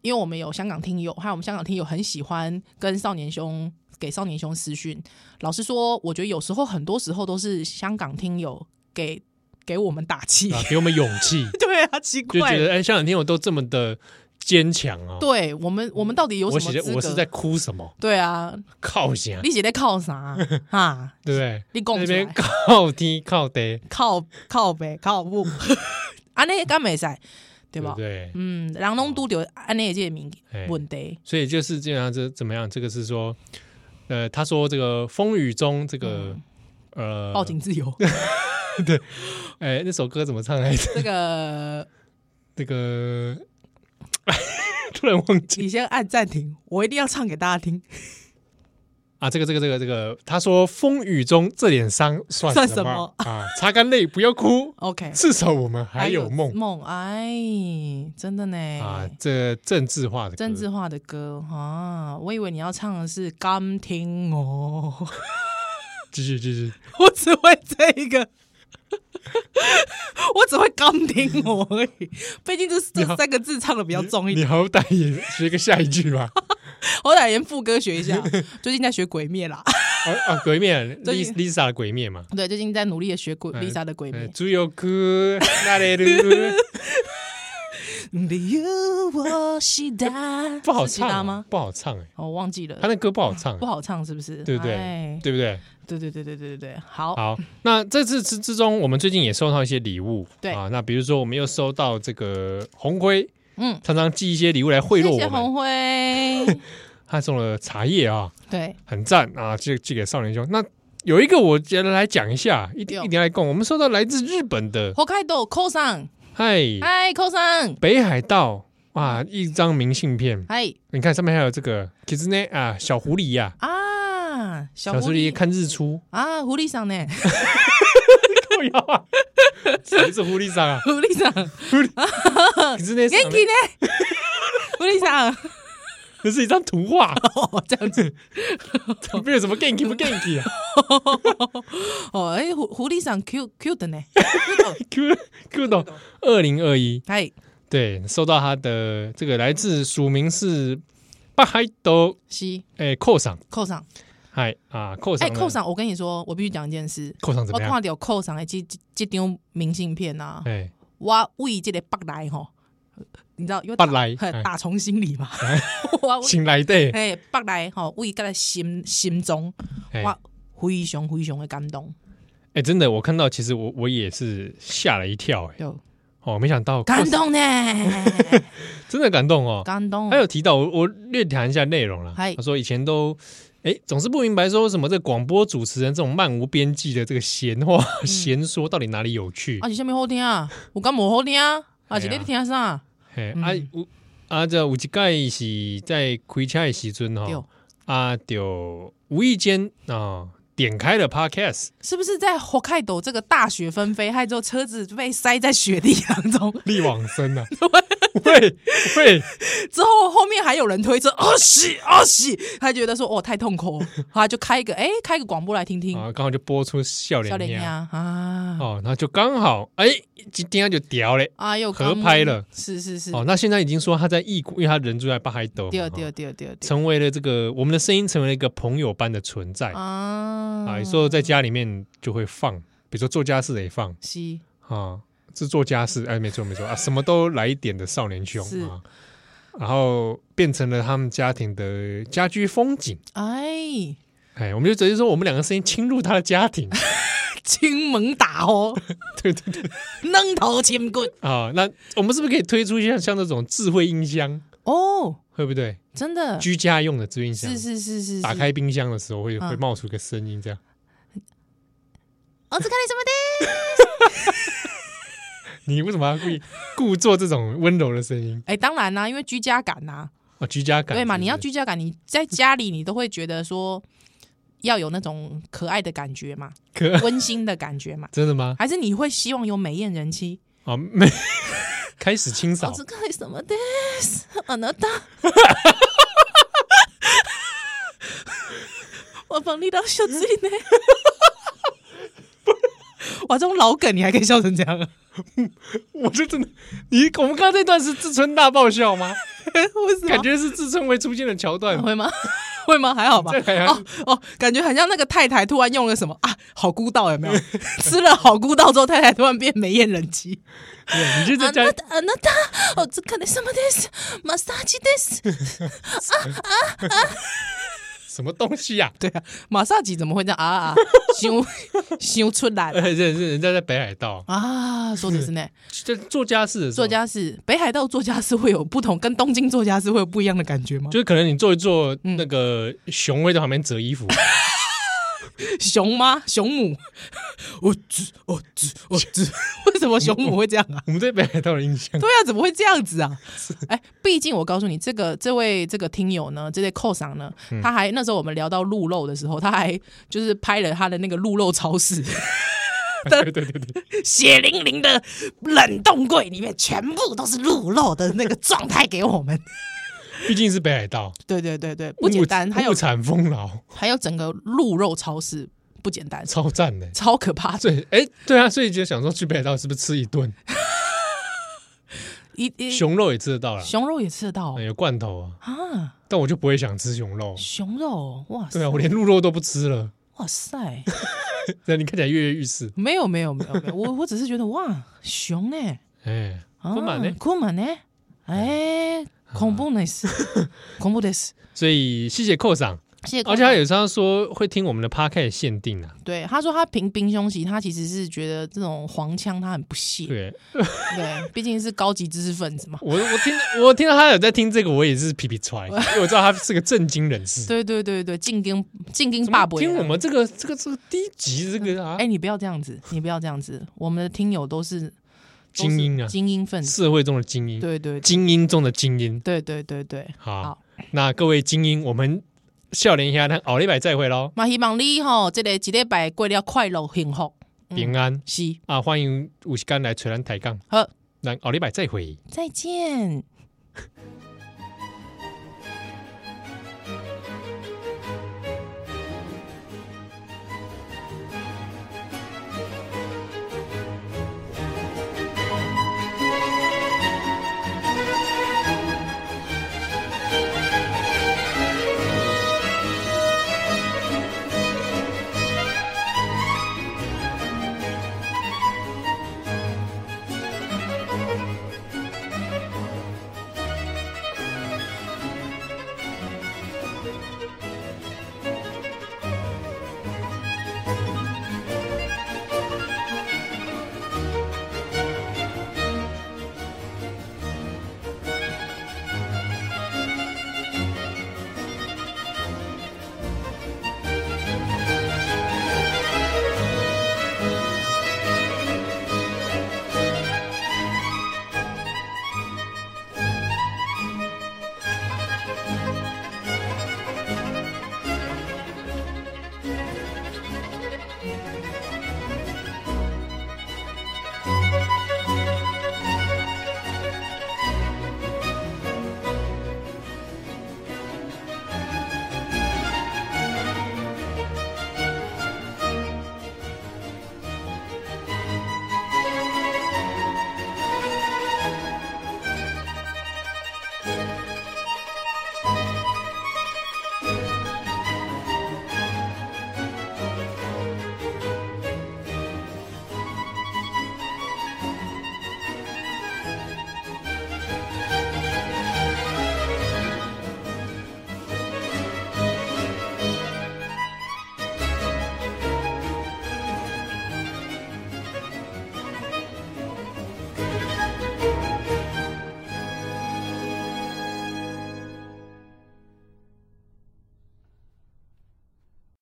S2: 因为我们有香港听友，还有我们香港听友很喜欢跟少年兄给少年兄私讯。老实说，我觉得有时候很多时候都是香港听友给给我们打气。
S1: 啊，给我们勇气，
S2: 对啊，奇
S1: 就
S2: 怪
S1: 觉，得哎，香港听友都这么的坚强哦。
S2: 对我们我们到底有
S1: 我
S2: 什么
S1: 写
S2: 资
S1: 的
S2: 格？
S1: 我是在哭什么？
S2: 对啊，
S1: 靠啥？
S2: 你写在靠啥啊？
S1: 对不对？
S2: 你讲
S1: 在那
S2: 出
S1: 边
S2: 来，
S1: 靠天靠地，
S2: 靠靠北靠木，安尼敢袂使
S1: 对
S2: 对
S1: 哦不
S2: 吧？
S1: 对？
S2: 嗯，人拢拄着安尼这名
S1: 哎
S2: 问题，
S1: 所以就是基本上这怎么样？这个是说，呃，他说这个风雨中这个呃，
S2: 嗯报警自由
S1: 哎，那首歌怎么唱来着？
S2: 这个
S1: 那个 突然忘记
S2: 你先按暂停，我一定要唱给大家听。
S1: 啊！这个这个这个这个，他说风雨中这点伤算
S2: 算
S1: 什
S2: 什么
S1: 啊？擦干泪，不要 哭，
S2: OK，
S1: 至少我们 还有梦
S2: 梦，哎，真的呢，
S1: 啊！这政治化的歌
S2: 政治化的歌啊，我以为你要唱的是《甘听哦》，
S1: 继续继续，
S2: 我只会这一个。 我只会甘听哦而已，毕竟这
S1: 你好
S2: 这三个字唱的比较重一
S1: 你
S2: 点，
S1: 好歹也学个下一句 吧。
S2: 好歹连副歌学一 下。最近在学《鬼灭》啦，
S1: 啊啊！鬼灭
S2: 最近
S1: ，Lisa 的鬼灭嘛。
S2: 对，最近在努力的学鬼
S1: 嗯
S2: Lisa 的《鬼灭
S1: 呃，》。主有哭，那里 路
S2: 理由我是哒，
S1: 不好
S2: 是西达
S1: 唱
S2: 吗
S1: 吗？？不好唱哎，
S2: 哦，我忘记了
S1: 他，那歌不好唱
S2: 不，好唱是不是？
S1: 对不对
S2: 哎？
S1: 对不对？
S2: 对对对对对对对，好，
S1: 好，那这次之之中，我们最近也收到一些礼物，
S2: 对
S1: 啊，那比如说我们又收到这个红辉，
S2: 嗯，
S1: 常常寄一些礼物来贿
S2: 谢
S1: 赂
S2: 谢
S1: 我们，
S2: 红辉，
S1: 他送了茶叶啊，
S2: 对，
S1: 很赞啊，寄寄给少年兄。那有一个我觉得来讲一下，一定
S2: 有
S1: 一定来供，我们收到来自日本的，
S2: 火开豆扣上，
S1: 嗨，
S2: 嗨扣上，
S1: 北海道哇，一张明信片，
S2: 嗨
S1: 你看上面还有这个，其实呢啊，小狐狸呀、
S2: 啊，
S1: 小
S2: 小狐
S1: 狐狸
S2: 狸
S1: 看日 出，
S2: 啊，狐狸上呢，
S1: 靠腰啊，谁是狐狸上啊？
S2: 狐狸上，
S1: 可
S2: 嗯
S1: 是那是
S2: 元气呢， 狐狸上，
S1: 那是一张图画，
S2: 哦这 样子，
S1: 没有什么 ganky 不 ganky 啊
S2: 哦，哎，狐狐狸上 Q Q 的呢，
S1: ，Q Q 懂二零二一，
S2: 嗨，
S1: 对，收到他的这个来自署名是巴海斗
S2: 是
S1: 诶扣赏，
S2: 扣上，
S1: 嗨啊扣赏
S2: 哎哦
S1: 呢，
S2: 扣上，我跟你说，我必须讲一件事。
S1: 扣赏怎
S2: 我
S1: 么样？
S2: 看到扣上的这这这张明信片啊，
S1: 哎，
S2: 我为这个北来吼，你知道，因为
S1: 北
S2: 打
S1: 来
S2: 嘿
S1: 哎
S2: 打从心里嘛， 我为
S1: 请来 的，
S2: 哎北来吼，为个心心中
S1: 哎
S2: 我非常非常的感动，
S1: 哎、真的，我看到其实我我也是吓了一跳、哎，
S2: 有
S1: 哦，没想到
S2: 感，动呢，
S1: 真的感动哦，
S2: 感动
S1: 他。有提到我，我略谈一下内容了
S2: 嗨。
S1: 他说以前都，哎，总是不明白说为什么这广播主持人这种漫无边际的这个闲话、
S2: 嗯
S1: 闲说到底哪里有趣
S2: 啊，？是什么好听啊？我敢无好听啊？啊，是你在听啥？
S1: 哎，
S2: 嗯
S1: 啊有啊，这有一盖是在开车的时阵
S2: 对
S1: 哈，啊，就无意间啊点开了 Podcast，
S2: 是不是在火开斗这个大雪纷飞，害之后车子被塞在雪地当中，
S1: 力往生啊， 喂喂，
S2: 之后后面还有人推车，啊西啊西，他觉得说哦太痛苦了，他就开一个哎、开个广播来听听，
S1: 啊，刚好就播出笑
S2: 嗯笑
S1: 脸
S2: 脸
S1: 呀，
S2: 呀啊，
S1: 哦，那就刚好，哎，今天就屌嘞。
S2: 啊又
S1: 合拍了，
S2: 是是是，
S1: 哦，那现在已经说他在异国，因为他人住在巴海岛嘛，
S2: 对
S1: 哈
S2: 对对对对，
S1: 成为了这个我们的声音成为了一个朋友般的存在啊。
S2: 啊，
S1: 有时候在家里面就会放，比如说做家事也放
S2: 西
S1: 啊，是做家事，哎，没错没错 啊，什么都来一点的少年兄
S2: 是
S1: 啊，然后变成了他们家庭的家居风景。
S2: 哎，
S1: 哎，我们就直接说我们两个声音侵入他的家庭
S2: 亲门打哦，
S1: 对
S2: 对对，扔头亲棍
S1: 啊。那我们是不是可以推出像像这种智慧音箱，
S2: 哦，
S1: 会不对？
S2: 真的
S1: 居家用的智慧音箱
S2: 呃是，是是是，
S1: 打
S2: 是
S1: 开冰箱的时候会会
S2: 嗯
S1: 冒出个声音这样。
S2: 儿哦子看你什么的。
S1: 你为什么要故意故作这种温柔的声音？
S2: 哎，当然啦、因为居家感呐、啊
S1: 哦，居家感
S2: 对嘛？
S1: 是不
S2: 你要
S1: 是
S2: 居家感，你在家里你都会觉得说要有那种可爱的感觉嘛，
S1: 可，
S2: 温馨的感觉嘛
S1: 真的吗？
S2: 还是你会希望有美艳人妻？
S1: 啊，没 开始清
S2: 我
S1: 扫
S2: 只看什么的，啊那大，我帮你当小嘴 呢。哇，这种老梗你还可以笑成这样啊？
S1: 我就真的，你我们刚刚这段是自春大爆笑 吗？
S2: 为什
S1: 感
S2: 么？
S1: 觉是自春会出现的桥段。
S2: 会吗？ 会吗？还好吧
S1: 这。还
S2: 哦哦，感觉很像那个太太突然用了什么啊，好孤道有没 有？吃了好孤道之后，太太突然变美艳人妻。啊
S1: 对你就在
S2: あ
S1: 家
S2: なた、あなた、お疲れ様です。マッサージです。
S1: 什么东西呀？
S2: 对啊，马萨吉怎么会这样 啊啊？修修出来
S1: 呃， 人人家在北海道
S2: 啊！说的是
S1: 嗯
S2: 呢，
S1: 这做家事的时候，
S2: 作家是北海道作家是会有不同，跟东京作家是会有不一样的感觉吗？
S1: 就是可能你做一做，那个熊会在旁边折衣服，
S2: 嗯熊妈、熊母， 我只我只我只，为什么熊母会这样啊？
S1: 我们对北海道的印 象
S2: 对啊，怎么会这样子啊？哎，毕竟我告诉你，这个这位这个听友呢，这位寇赏呢，他还那时候我们聊到鹿肉的时候，他还就是拍了他的那个鹿肉超市，
S1: 对对对对，
S2: 血淋淋的冷冻柜里面全部都是鹿肉的那个状态给我们。
S1: 毕竟是北海道，
S2: 对对对对，不简单，
S1: 物
S2: 还有
S1: 物产丰饶，
S2: 还有整个鹿肉超市不简单，
S1: 超赞的。
S2: 超可怕，
S1: 所以，哎，对啊，所以就想说去北海道是不是吃一 顿
S2: 一一
S1: 熊肉也吃得到了，
S2: 嗯熊肉也吃得到哦
S1: 哎有罐头啊，
S2: 啊，
S1: 但我就不会想吃熊肉。
S2: 熊肉哇塞
S1: 对啊，我连鹿肉都不吃了，
S2: 哇塞。
S1: 那你看起来跃跃欲试。
S2: 没有没有没有没有，我我只是觉得哇，熊呢、
S1: 哎，
S2: 啊
S1: 困难呢，
S2: 困难呢，哎，恐怖的是， 恐怖的是，
S1: 所以谢谢寇赏，
S2: 谢谢
S1: 而
S2: 柯
S1: 且他
S2: 南。
S1: 有时候说会听我们的 p a r k 限定啊，
S2: 对，他说他凭冰凶席，他其实是觉得这种黄腔他很不屑，
S1: 对
S2: 对，毕竟是高级知识分子嘛。
S1: 我我听我听到他有在听这个，我也是皮皮揣，因为我知道他是个正经人 士。
S2: 对对对对，进京进京霸不
S1: 听我们这个这个这个低级这个啊
S2: 哎、，你不要这样子，你不要这样子，我们的听友都是都是
S1: 精英啊，
S2: 精英分子，
S1: 社会中的精英，
S2: 对对
S1: 精英中的精英。
S2: 对对对对。
S1: 好
S2: 好，
S1: 那各位精英，我们笑脸一下，那奥利百再会喽，
S2: 嘛，希望你吼，这个一礼拜过了快乐幸福，嗯
S1: 平安
S2: 是
S1: 啊！欢迎五十干来垂兰抬杠，
S2: 好，
S1: 那奥利百再会。
S2: 再见。